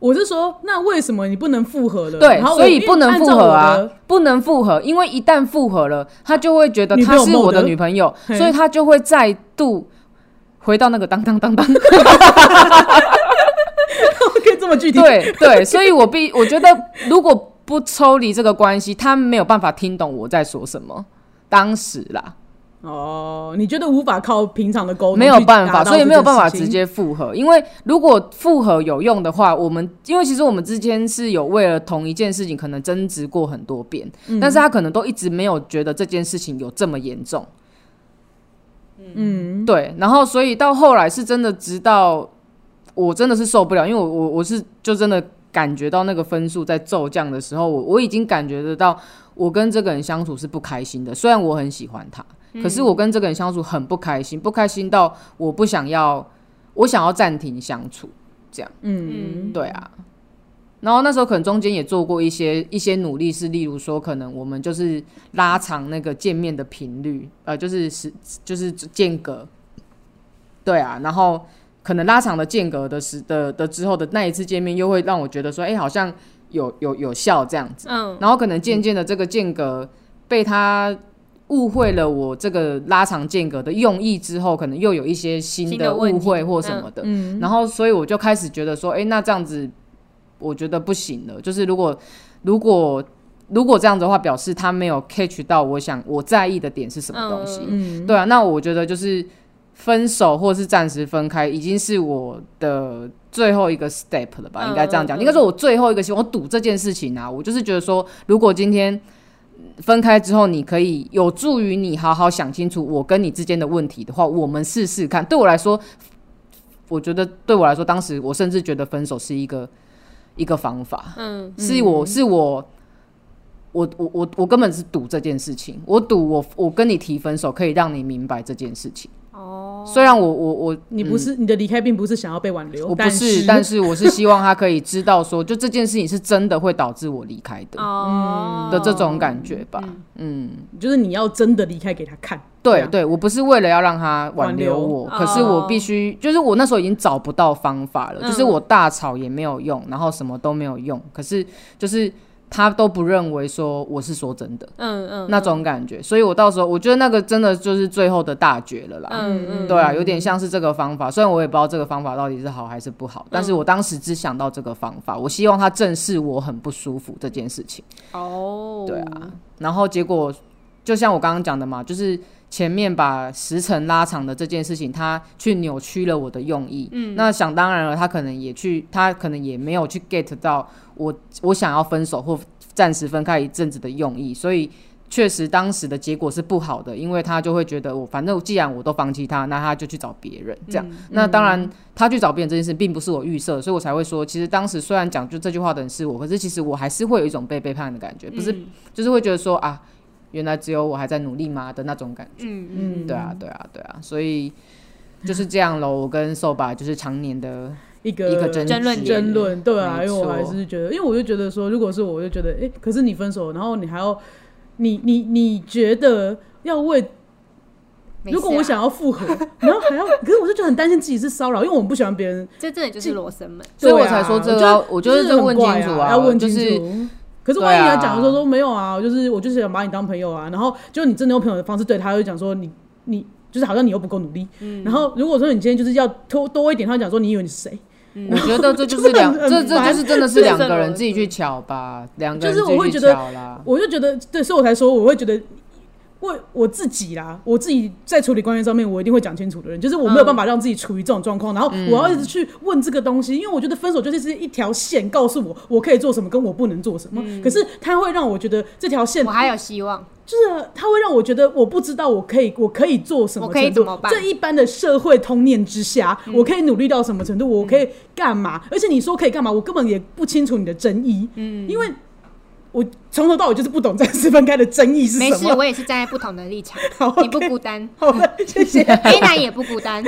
Speaker 1: 我是说，那为什么你不能复合了？
Speaker 3: 对
Speaker 1: 然，后我
Speaker 3: 所以
Speaker 1: 因为
Speaker 3: 不能
Speaker 1: 按
Speaker 3: 复
Speaker 1: 照
Speaker 3: 合
Speaker 1: 我
Speaker 3: 啊
Speaker 1: 的， [LAUGHS]
Speaker 3: 不能复合，因为一旦复合了，他就会觉得
Speaker 1: 女朋
Speaker 3: 她
Speaker 1: 友
Speaker 3: 是我
Speaker 1: 没
Speaker 3: 的
Speaker 1: 得
Speaker 3: 女朋友，
Speaker 1: 嘿
Speaker 3: 所以他就会再度回到那个当当当当。
Speaker 1: 可以这么具体，
Speaker 3: 对对，所以我必我觉得，如果不抽离这个关系，他没有办法听懂我在说什么。当时啦，
Speaker 1: 哦，你觉得无法靠平常的沟通
Speaker 3: 没有
Speaker 1: 去
Speaker 3: 办
Speaker 1: 达
Speaker 3: 法，
Speaker 1: 到
Speaker 3: 所以
Speaker 1: 这
Speaker 3: 没有
Speaker 1: 件
Speaker 3: 办法
Speaker 1: 事
Speaker 3: 直
Speaker 1: 情
Speaker 3: 接复合。因为如果复合有用的话，我们因为其实我们之间是有为了同一件事情可能争执过很多遍，
Speaker 1: 嗯
Speaker 3: 但是他可能都一直没有觉得这件事情有这么严重。嗯，对。然后所以到后来是真的，直到我真的是受不了，因为我我我是就真的感觉到那个分数在骤降的时候，我我已经感觉得到我跟这个人相处是不开心的。虽然我很喜欢他，可是我跟这个人相处很不开心，不开心到我不想要，我想要暂停相处。
Speaker 1: 嗯，
Speaker 3: 对啊。然后那时候可能中间也做过一些一些努力，是例如说，可能我们就是拉长那个见面的频率，呃，就是时就是间隔，对啊，然后可能拉长了间隔的时的的之后的那一次见面，又会让我觉得说，哎、好像有有有效这样子，
Speaker 2: 嗯，
Speaker 3: 然后可能渐渐的这个间隔被他误会了我这个拉长间隔的用意之后，可能又有一些新
Speaker 2: 新
Speaker 3: 的
Speaker 2: 的问
Speaker 3: 误
Speaker 2: 题嗯
Speaker 3: 会或什么的，然后所以我就开始觉得说，哎、那这样子我觉得不行了，就是如果如果如果这样子的话，表示他没有 catch 到我想我在意的点是什么东
Speaker 2: 嗯
Speaker 3: 西，
Speaker 1: 嗯
Speaker 3: 对啊，那我觉得就是分手或是暂时分开，已经是我的最后一个 step 了吧？
Speaker 2: 嗯
Speaker 3: 应该这样讲，
Speaker 2: 嗯
Speaker 3: 应该说我最后一个希望，我赌这件事情啊，我就是觉得说，如果今天分开之后，你可以有助于你好好想清楚我跟你之间的问题的话，我们试试看。对我来说，我觉得对我来说，当时我甚至觉得分手是一个一个方法，
Speaker 2: 嗯，
Speaker 3: 是我是我。我我我我根本是赌这件事情，我赌我我跟你提分手可以让你明白这件事情。
Speaker 2: 哦，
Speaker 3: 虽然我我我嗯
Speaker 1: 你不是、你的离开并不是想要被挽留，
Speaker 3: 我不
Speaker 1: 但
Speaker 3: 是，但是我是希望他可以知道说，就这件事情是真的会导致我离开的
Speaker 2: 哦嗯
Speaker 3: 的这种感觉吧。
Speaker 1: 就是你要真的离开给他看。这
Speaker 3: 对
Speaker 1: 样，
Speaker 3: 对，我不是为了要让他挽留我，
Speaker 2: 挽留
Speaker 3: 可是我
Speaker 2: 哦
Speaker 3: 必须，就是我那时候已经找不到方法了，
Speaker 2: 嗯
Speaker 3: 就是我大吵也没有用，然后什么都没有用，可是就是他都不认为说我是说真的
Speaker 2: 嗯嗯，
Speaker 3: 那种感觉，所以我到时候我觉得那个真的就是最后的大绝了啦。
Speaker 2: 嗯嗯，
Speaker 3: 对啊，有点像是这个方法，虽然我也不知道这个方法到底是好还是不好，但是我当时只想到这个方法，我希望他正视我很不舒服这件事情。
Speaker 2: 哦，
Speaker 3: 对啊，然后结果就像我刚刚讲的嘛，就是前面把时程拉长的这件事情，他去扭曲了我的用意。嗯，那想当然了，他可能也去，他可能也没有去 get 到我我想要分手或暂时分开一阵子的用意，所以。确实，当时的结果是不好的，因为他就会觉得我反正既然我都放弃他，那他就去找别人这样。那当然，他去找别人这件事并不是我预设，所以我才会说，其实当时虽然讲就这句话的人是我，可是其实我还是会有一种被背叛的感觉，不是
Speaker 2: 嗯
Speaker 3: 就是会觉得说啊，原来只有我还在努力吗的那种感觉。
Speaker 2: 嗯嗯，
Speaker 3: 对啊，对啊，对啊，所以就是这样喽。我跟瘦吧就是常年的
Speaker 1: 一个
Speaker 3: 一个争
Speaker 2: 争论
Speaker 3: 执
Speaker 1: 争论，对啊，
Speaker 3: 没
Speaker 1: 因为我
Speaker 3: 错
Speaker 1: 还是觉得，因为我就觉得说，如果是我，我就觉得，哎、可是你分手，然后你还要，你你你觉得要为，
Speaker 2: 没事啊
Speaker 1: 如果我想，要复合，然后还要，可是我就觉得很担心自己是骚扰，因为我们不喜欢别人，
Speaker 2: 这真的就是罗生门，
Speaker 3: 所以我
Speaker 1: 对啊
Speaker 3: 才说这个
Speaker 1: 我觉
Speaker 3: 要
Speaker 1: 得
Speaker 3: 我觉得
Speaker 1: 就是
Speaker 3: 这
Speaker 1: 很
Speaker 3: 问
Speaker 1: 怪
Speaker 3: 清楚
Speaker 1: 啊，
Speaker 3: 啊
Speaker 1: 要问
Speaker 3: 就
Speaker 1: 清楚。
Speaker 3: 是
Speaker 1: 可是万一
Speaker 3: 对啊
Speaker 1: 他讲说说没有啊，就是我就是想把你当朋友啊，然后就你真的用朋友的方式对他，他会讲说你你就是好像你又不够努力。
Speaker 3: 嗯
Speaker 1: 然后如果说你今天就是要多多一点，他会讲说你以为你是谁？
Speaker 3: 我觉得这就是
Speaker 1: [LAUGHS]
Speaker 3: 两，
Speaker 1: 嗯就是很很
Speaker 3: 这这
Speaker 1: 烦
Speaker 3: 就是真的是两
Speaker 2: 这
Speaker 3: 个
Speaker 2: 种
Speaker 3: 人自己去瞧吧，两个
Speaker 1: 就
Speaker 3: 人
Speaker 1: 是我
Speaker 3: 自
Speaker 1: 会
Speaker 3: 己去
Speaker 1: 觉得
Speaker 3: 瞧啦。
Speaker 1: 我就觉得，对，所以我才说我会觉得。为我自己啦，我自己在处理关系上面，我一定会讲清楚的人，就是我没
Speaker 3: 嗯
Speaker 1: 有办法让自己处于这种状况，然后我要一直去问这个东西，因为我觉得分手就是一条线，告诉我我可以做什么，跟我不能做什么。
Speaker 3: 嗯
Speaker 1: 可是他会让我觉得这条线
Speaker 2: 我还有希望，
Speaker 1: 就是它会让我觉得我不知道我可以我可以做什么
Speaker 2: 我可以
Speaker 1: 程
Speaker 2: 怎
Speaker 1: 度
Speaker 2: 么，办嗯
Speaker 1: 这一般的社会通念之下，我可以努力到什么程度，我可以干嘛？而且你说可以干嘛，我根本也不清楚你的争议，嗯，因为我从头到尾就是不懂暂时分开的争 [LAUGHS] 议是
Speaker 2: 没
Speaker 1: 什
Speaker 2: 事，
Speaker 1: 么。
Speaker 2: 我也是站在不同的
Speaker 1: [LAUGHS]
Speaker 2: 立场，
Speaker 1: 好
Speaker 2: 你不
Speaker 1: ，OK
Speaker 2: 孤单
Speaker 1: [LAUGHS] 好的，谢
Speaker 2: [LAUGHS]
Speaker 1: 谢。
Speaker 2: ，A 男也不
Speaker 1: [LAUGHS]
Speaker 2: 孤单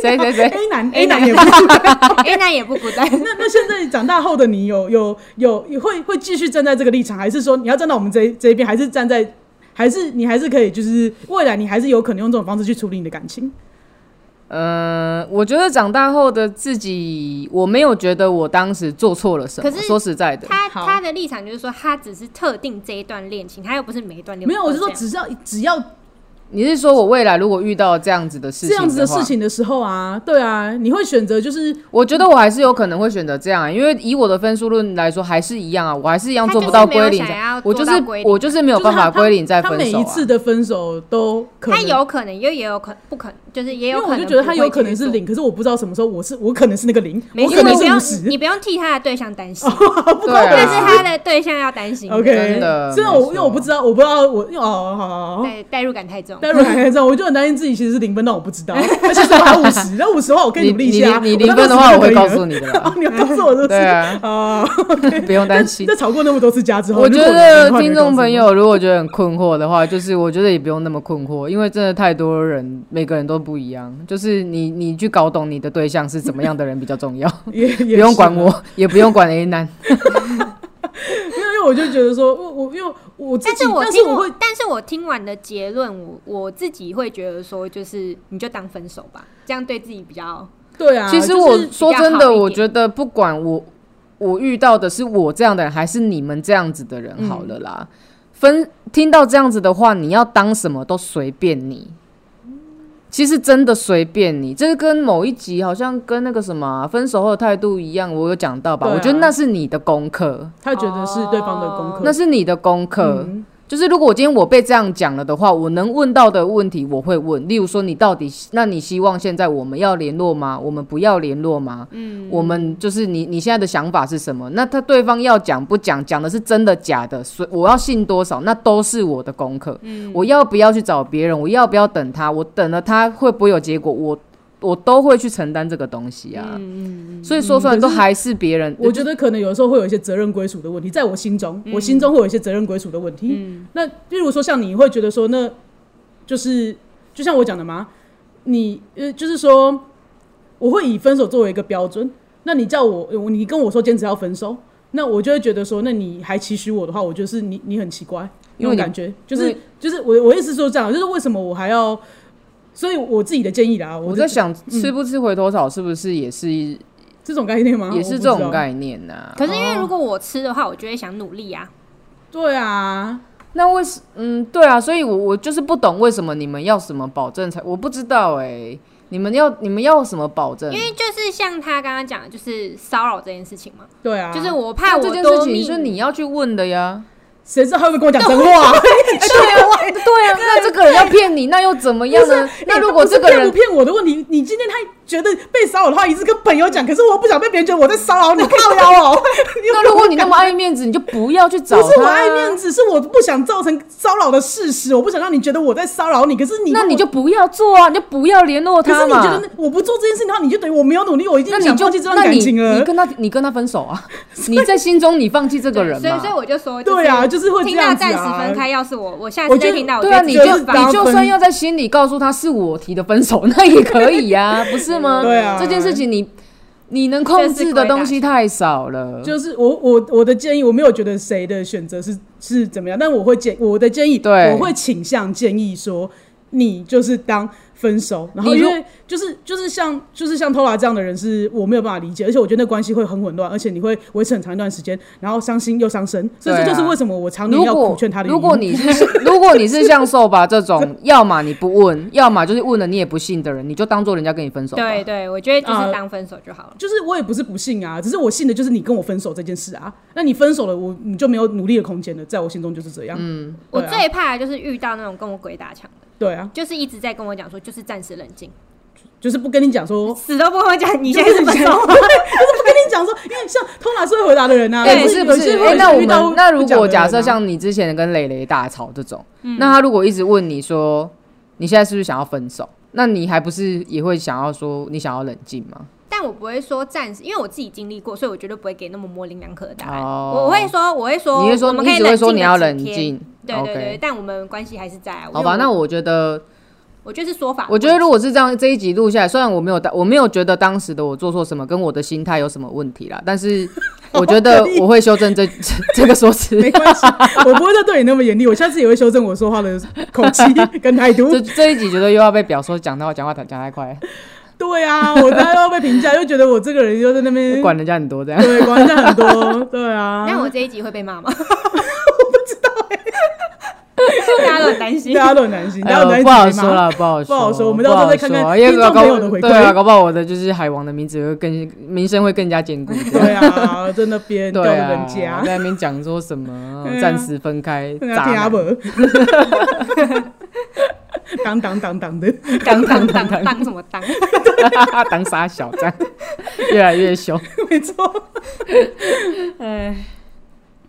Speaker 3: 谁谁谁，
Speaker 1: A 男
Speaker 2: A
Speaker 1: A
Speaker 2: 男
Speaker 1: 男也不 [LAUGHS] 是。
Speaker 2: [LAUGHS] ，A 男也不孤
Speaker 1: [LAUGHS]
Speaker 2: 单，
Speaker 1: 那那现在长大后的你有有有有会会继续站在这个立场，还是说你要站到我们这一这一边，还是站在，还是你还是可以，就是未来你还是有可能用这种方式去处理你的感情？
Speaker 3: 嗯，我觉得长大后的自己，我没有觉得我当时做错了什么。
Speaker 2: 可是
Speaker 3: 说实在的，
Speaker 2: 他
Speaker 1: 好
Speaker 2: 他的立场就是说，他只是特定这一段恋情，他又不是每一段恋情
Speaker 1: 没有，我是说
Speaker 2: 都这样
Speaker 1: 只要只要
Speaker 3: 你是说我未来如果遇到这样子的事情
Speaker 1: 这样子的
Speaker 3: 话
Speaker 1: 事情的时候啊，对啊，你会选择就是
Speaker 3: 我觉得我还是有可能会选择这样啊，因为以我的分数论来说，还是一样啊，我还是一样做不到归零
Speaker 2: 他就是没有想要
Speaker 3: 我就
Speaker 2: 做
Speaker 3: 是
Speaker 2: 到归零
Speaker 3: 我就是没有
Speaker 1: 就是
Speaker 3: 办
Speaker 1: 他
Speaker 3: 法归零再
Speaker 1: 他
Speaker 3: 分
Speaker 1: 他每
Speaker 3: 手、啊。
Speaker 1: 一次的分手都可能，
Speaker 2: 他有可能，又也有可不可能，就是也
Speaker 1: 因
Speaker 2: 有
Speaker 1: 为
Speaker 2: 可能
Speaker 1: 我
Speaker 2: 不
Speaker 1: 就觉
Speaker 2: 会去做，
Speaker 1: 得他有可能是零，可是我不知道什么时候我是我可能是那个零，
Speaker 2: 没
Speaker 1: 我
Speaker 2: 事，
Speaker 1: 可
Speaker 2: 你
Speaker 1: 能
Speaker 2: 不
Speaker 1: 是
Speaker 2: 用
Speaker 1: 五十，
Speaker 2: 你不用替他的对象担
Speaker 1: [LAUGHS]
Speaker 2: 心，
Speaker 1: 不
Speaker 3: 对啊
Speaker 1: 关
Speaker 2: 但是他的对象要担心。
Speaker 1: OK，
Speaker 3: 真的
Speaker 1: 虽然
Speaker 3: 没
Speaker 1: 我
Speaker 3: 错
Speaker 1: 因为我不知道，我不知道我哦，好好好好。
Speaker 2: 对，代入感太重。
Speaker 1: 待会还这样，我就很担心自己其实是零分，但我不知
Speaker 3: [LAUGHS]
Speaker 1: 道。而且说还五十，那五十的话我可以
Speaker 3: 你
Speaker 1: 努力一
Speaker 3: 你
Speaker 1: 下。
Speaker 3: 你
Speaker 1: 我
Speaker 3: 你零
Speaker 1: 到
Speaker 3: 分的话，
Speaker 1: 20
Speaker 3: 我会
Speaker 1: 就可以
Speaker 3: 告
Speaker 1: 了
Speaker 3: 诉。你的
Speaker 1: [LAUGHS] 哦
Speaker 3: 啦，，
Speaker 1: 你要告诉啊我就是
Speaker 3: 对啊
Speaker 1: [LAUGHS] 啊，
Speaker 3: 不用担心
Speaker 1: 在。吵过那么多次架之后，
Speaker 3: 我
Speaker 1: [LAUGHS]
Speaker 3: 觉
Speaker 1: 如果
Speaker 3: 得
Speaker 1: 零的话你
Speaker 3: 听
Speaker 1: 会告诉
Speaker 3: 众
Speaker 1: 我
Speaker 3: 朋友如果觉得很困惑的话，就是我觉得也不用那么困惑，因为真的太多人，每个人都不一样。就是你你去搞懂你的对象是怎么样的人比较重要，
Speaker 1: 也 [LAUGHS] 也
Speaker 3: 不用管
Speaker 1: 是啊
Speaker 3: 我，也不用管 A 男。
Speaker 1: 因为因为我就觉得说，我我因为我自
Speaker 2: 但
Speaker 1: 己，
Speaker 2: 是我
Speaker 1: 但
Speaker 2: 听
Speaker 1: 是我会，
Speaker 2: 但是我听完的结论，我我自己会觉得说，就是你就当分手吧，这样对自己比较。
Speaker 1: 对啊，
Speaker 3: 其实
Speaker 1: 就是
Speaker 3: 我说真
Speaker 2: 比较
Speaker 3: 的，
Speaker 2: 好一
Speaker 3: 我
Speaker 2: 点
Speaker 3: 觉得不管我我遇到的是我这样的人，还是你们这样子的人，好了啦。
Speaker 1: 嗯
Speaker 3: 分听到这样子的话，你要当什么都随便你。其实真的随便你，这个跟某一集好像跟那个什么啊、分手后的态度一样，我有讲到吧？
Speaker 1: 对啊
Speaker 3: 我觉得那是你的功课，
Speaker 1: 他觉得是对方的功课，
Speaker 3: 哦那是你的功课。
Speaker 1: 嗯
Speaker 3: 就是如果我今天我被这样讲了的话，我能问到的问题我会问，例如说你到底，那你希望现在我们要联络吗？我们不要联络吗？嗯，我们就是你你现在的想法是什么？那他对方要讲不讲，讲的是真的假的，所以我要信多少，那都是我的功课。嗯，我要不要去找别人？我要不要等他？我等了他会不会有结果？我我都会去承担这个东西啊。嗯所以说出来都还是别人，
Speaker 1: 我觉得可能有时候会有一些责任归属的问题，在我心中，
Speaker 3: 嗯
Speaker 1: 我心中会有一些责任归属的问题。那例如说，像你会觉得说，那就是就像我讲的嘛，你呃，就是说，我会以分手作为一个标准。那你叫我，呃你跟我说坚持要分手，那我就会觉得说，那你还期许我的话，我就是你，你很奇怪那
Speaker 3: 因
Speaker 1: 种
Speaker 3: 为你
Speaker 1: 感觉，就
Speaker 3: 因
Speaker 1: 是
Speaker 3: 为
Speaker 1: 就是我我意思说这样，就是为什么我还要？所以我自己的建议啦，我
Speaker 3: 我
Speaker 1: 就
Speaker 3: 在想，吃不吃回头草是不是也是一
Speaker 1: 这种概念吗？
Speaker 3: 也是这种
Speaker 1: 念。
Speaker 3: 概念啊呐、
Speaker 2: 可是因为
Speaker 1: 哦
Speaker 2: 如果我吃的话，我就会想努力啊。
Speaker 1: 对啊，
Speaker 3: 那为什嗯对啊，所以我我就是不懂为什么你们要什么保证才我不知道哎、你们要你们要什么保证？
Speaker 2: 因为就是像他刚刚讲的，就是骚扰这件事情嘛，
Speaker 1: 对啊，
Speaker 2: 就是我怕
Speaker 3: 那
Speaker 2: 我
Speaker 3: 这件
Speaker 2: 多
Speaker 3: 事情
Speaker 2: 密
Speaker 3: 是你要去问的
Speaker 1: [LAUGHS]
Speaker 3: 呀。哎
Speaker 1: 谁知道他会不会跟我讲真话？
Speaker 3: 对啊，对啊，那这个人要骗你，那又怎么样呢？那如果这个
Speaker 1: 啊哎不是
Speaker 3: 人
Speaker 1: 骗不骗我的问题，你今天他觉得被骚扰的话，一直跟朋友讲，可是我不想被别人觉得我在骚扰你，靠腰哦。你有没有
Speaker 3: [LAUGHS] 那如果你那么爱面子，你就不要去找
Speaker 1: 不
Speaker 3: 他。啊
Speaker 1: 是我爱面，子，是我不想造成骚扰的事实，我不想让你觉得我在骚扰你。可是你
Speaker 3: 那你就不要做啊，你就不要联络
Speaker 1: 可是
Speaker 3: 他
Speaker 1: 你觉得
Speaker 3: 嘛。
Speaker 1: 那我不做这件事情的话，你就等于我没有努力，我已经
Speaker 3: 那你
Speaker 1: 想
Speaker 3: 就
Speaker 1: 放弃这段
Speaker 3: 那
Speaker 1: 感
Speaker 3: 你
Speaker 1: 情了
Speaker 3: 你。跟他你跟他分手
Speaker 1: [LAUGHS]
Speaker 3: 啊？你在心中你放弃这个人
Speaker 2: 所以
Speaker 3: 嘛
Speaker 2: 所？以我就说，
Speaker 1: 对啊，就是会这
Speaker 2: 听到
Speaker 1: 样子
Speaker 2: 暂时
Speaker 1: 啊
Speaker 2: 分。开，要是我我下
Speaker 1: 我
Speaker 2: 次
Speaker 1: 觉
Speaker 2: 再
Speaker 1: 得
Speaker 2: 听到，我
Speaker 3: 对啊，
Speaker 2: 就
Speaker 3: 你
Speaker 2: 直
Speaker 1: 觉
Speaker 2: 接
Speaker 1: 得
Speaker 3: 就
Speaker 1: 就是
Speaker 2: 发
Speaker 1: 当
Speaker 3: 你就
Speaker 1: 分
Speaker 3: 算要在心里告诉他是我提的分手， [LAUGHS] 那也可以呀、不是
Speaker 1: [LAUGHS]
Speaker 3: 吗？
Speaker 1: 对啊
Speaker 3: 这件事情你你能控制的东西太少了。
Speaker 1: 就是我我我的建议，我没有觉得谁的选择是是怎么样，但我会建我的建议，
Speaker 3: 对
Speaker 1: 我会倾向建议说，你就是当分手，然后
Speaker 3: 你
Speaker 1: 因
Speaker 3: 如
Speaker 1: 为就是就是像就是像偷拉这样的人，是我没有办法理解，而且我觉得那关系会很混乱，而且你会维持很长一段时间，然后伤心又伤身，所以这
Speaker 3: 对
Speaker 1: 就
Speaker 3: 啊
Speaker 1: 是为什么我常年
Speaker 3: 如
Speaker 1: 要
Speaker 3: 果
Speaker 1: 苦劝他的原因
Speaker 3: 如果
Speaker 1: [LAUGHS]
Speaker 3: 你是如果你是像瘦吧这种，要么你不问，要么就是问了你也不信的人，你就当做人家跟你分手吧。
Speaker 2: 对对，我觉得就是
Speaker 1: 啊
Speaker 2: 当分手就好了。
Speaker 1: 就是我也不是不信啊，只是我信的就是你跟我分手这件事啊。那你分手了，我你就没有努力的空间了，在我心中就是这样。嗯，
Speaker 2: 我最怕的就是遇到那种跟我鬼打墙的，
Speaker 1: 对啊，
Speaker 2: 就是一直在跟我讲说，就是暂时冷静，
Speaker 1: 就是不跟你讲说
Speaker 2: 死都不跟我讲你
Speaker 1: 就
Speaker 2: 现
Speaker 1: 是
Speaker 2: 在是分手。
Speaker 1: 对，就是不跟你讲说，因为像通常是会回答的人啊，
Speaker 3: 哎、
Speaker 1: 就
Speaker 3: 不是
Speaker 1: 有
Speaker 3: 不
Speaker 1: 些
Speaker 3: 是，
Speaker 1: 会
Speaker 3: 哎、那我
Speaker 1: 遇到
Speaker 3: 们那
Speaker 1: 不
Speaker 3: 如
Speaker 1: 讲的
Speaker 3: 果
Speaker 1: 人
Speaker 3: 假设
Speaker 1: 啊嗯
Speaker 3: 像你之前跟蕾蕾大吵这种，那他如果一直问你说你现在是不是想要分手，那你还不是也会想要说你想要冷静吗？
Speaker 2: 但我不会说暂时，因为我自己经历过，所以我绝对不会给那么模棱两可的答案。
Speaker 3: 哦
Speaker 2: 我会说，我会说，
Speaker 3: 你会说
Speaker 2: 我们
Speaker 3: 你
Speaker 2: 可以
Speaker 3: 一直会说你要冷
Speaker 2: 冷几天。
Speaker 3: 静，
Speaker 2: 对对对
Speaker 3: OK，
Speaker 2: 但我们关系还是在啊。
Speaker 3: 好吧，那我觉得，
Speaker 2: 我就是说法问题，
Speaker 3: 我觉得如果是这样，这一集录下来，虽然我没有当，我没有觉得当时的我做错什么，跟我的心态有什么问题啦，
Speaker 1: [LAUGHS]
Speaker 3: 但是我觉得
Speaker 1: 可以
Speaker 3: 我会修正这 [LAUGHS] 这这个说辞，
Speaker 1: 没关
Speaker 3: [LAUGHS]
Speaker 1: 系，我不会再对你那么严厉，我下次也会修正我说话的口气跟态度
Speaker 3: [LAUGHS] 这。这一集觉得又要被表说讲到讲话讲太快，
Speaker 1: 对啊，我大家要被评价，又觉得我这个人又在那边
Speaker 3: [LAUGHS] 管人家很多这样。
Speaker 1: 嗯对管人家很
Speaker 3: [LAUGHS]
Speaker 1: 多，对啊，
Speaker 2: 那我这一集会被骂吗？我不知道哎、大家都很担心。
Speaker 1: 大家都很担心，
Speaker 3: 哎
Speaker 1: 大家都
Speaker 3: 呦
Speaker 1: 很
Speaker 3: 不好
Speaker 1: 担心
Speaker 3: 说
Speaker 1: 谁骂。
Speaker 3: 了，不好说，
Speaker 1: 不好说我们
Speaker 3: 不
Speaker 1: 到时候
Speaker 3: 好
Speaker 1: 再看看
Speaker 3: 说因为
Speaker 1: 听众
Speaker 3: 搞
Speaker 1: 朋友的回
Speaker 3: 对啊，
Speaker 1: 馈
Speaker 3: 搞不好我的就是海王的名字会更名声会更
Speaker 1: [LAUGHS]
Speaker 3: 加坚固。
Speaker 1: 对啊，在那边吊着
Speaker 3: 对啊，
Speaker 1: 人家，
Speaker 3: 在那边讲说什
Speaker 1: [LAUGHS]
Speaker 3: 么
Speaker 1: 对啊
Speaker 3: 暂时分开，
Speaker 1: [LAUGHS] 人
Speaker 3: 渣
Speaker 1: 家
Speaker 3: 男
Speaker 1: 听不懂？ [LAUGHS] 当当当当的，
Speaker 2: 当当当当什么当？
Speaker 3: [LAUGHS] 当傻小这样，越来越凶。
Speaker 1: 没错。
Speaker 2: 哎，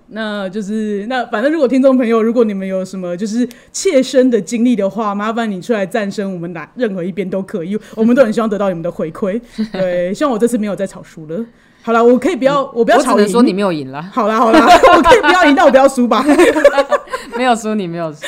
Speaker 1: 那就是那反正，如果听众朋友，如果你们有什么就是切身的经历的话，麻烦你出来赞声，我们哪任何一边都可以，我们都很希望得到你们的回馈。对，希望我这次没有再吵输了。好了，我可以不要，我不要
Speaker 3: 我只
Speaker 1: 吵
Speaker 3: 能说你
Speaker 1: 赢。
Speaker 3: 没有赢啦，
Speaker 1: 好啦好 [LAUGHS] 啦，我可以不要赢，但我不要输吧。
Speaker 3: [LAUGHS] 没有输，你没有输。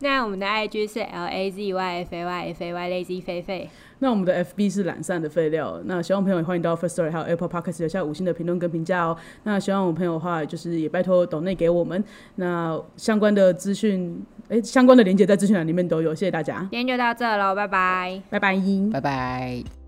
Speaker 2: 那我们的 IG 是 L A Z Y F A Y F A Y Lazy 菲菲。
Speaker 1: 那我们的 FB 是懒散的废料，那喜欢我朋友也欢迎到 First Story 还有 Apple Podcast 留下五星的评论跟评价哦。那喜欢我朋友的话，就是也拜托抖内给我们，那相关的资讯，哎、相关的连接在资讯栏里面都有，谢谢大家，
Speaker 2: 今天就到这喽，拜拜。
Speaker 1: 拜拜。
Speaker 3: 拜拜。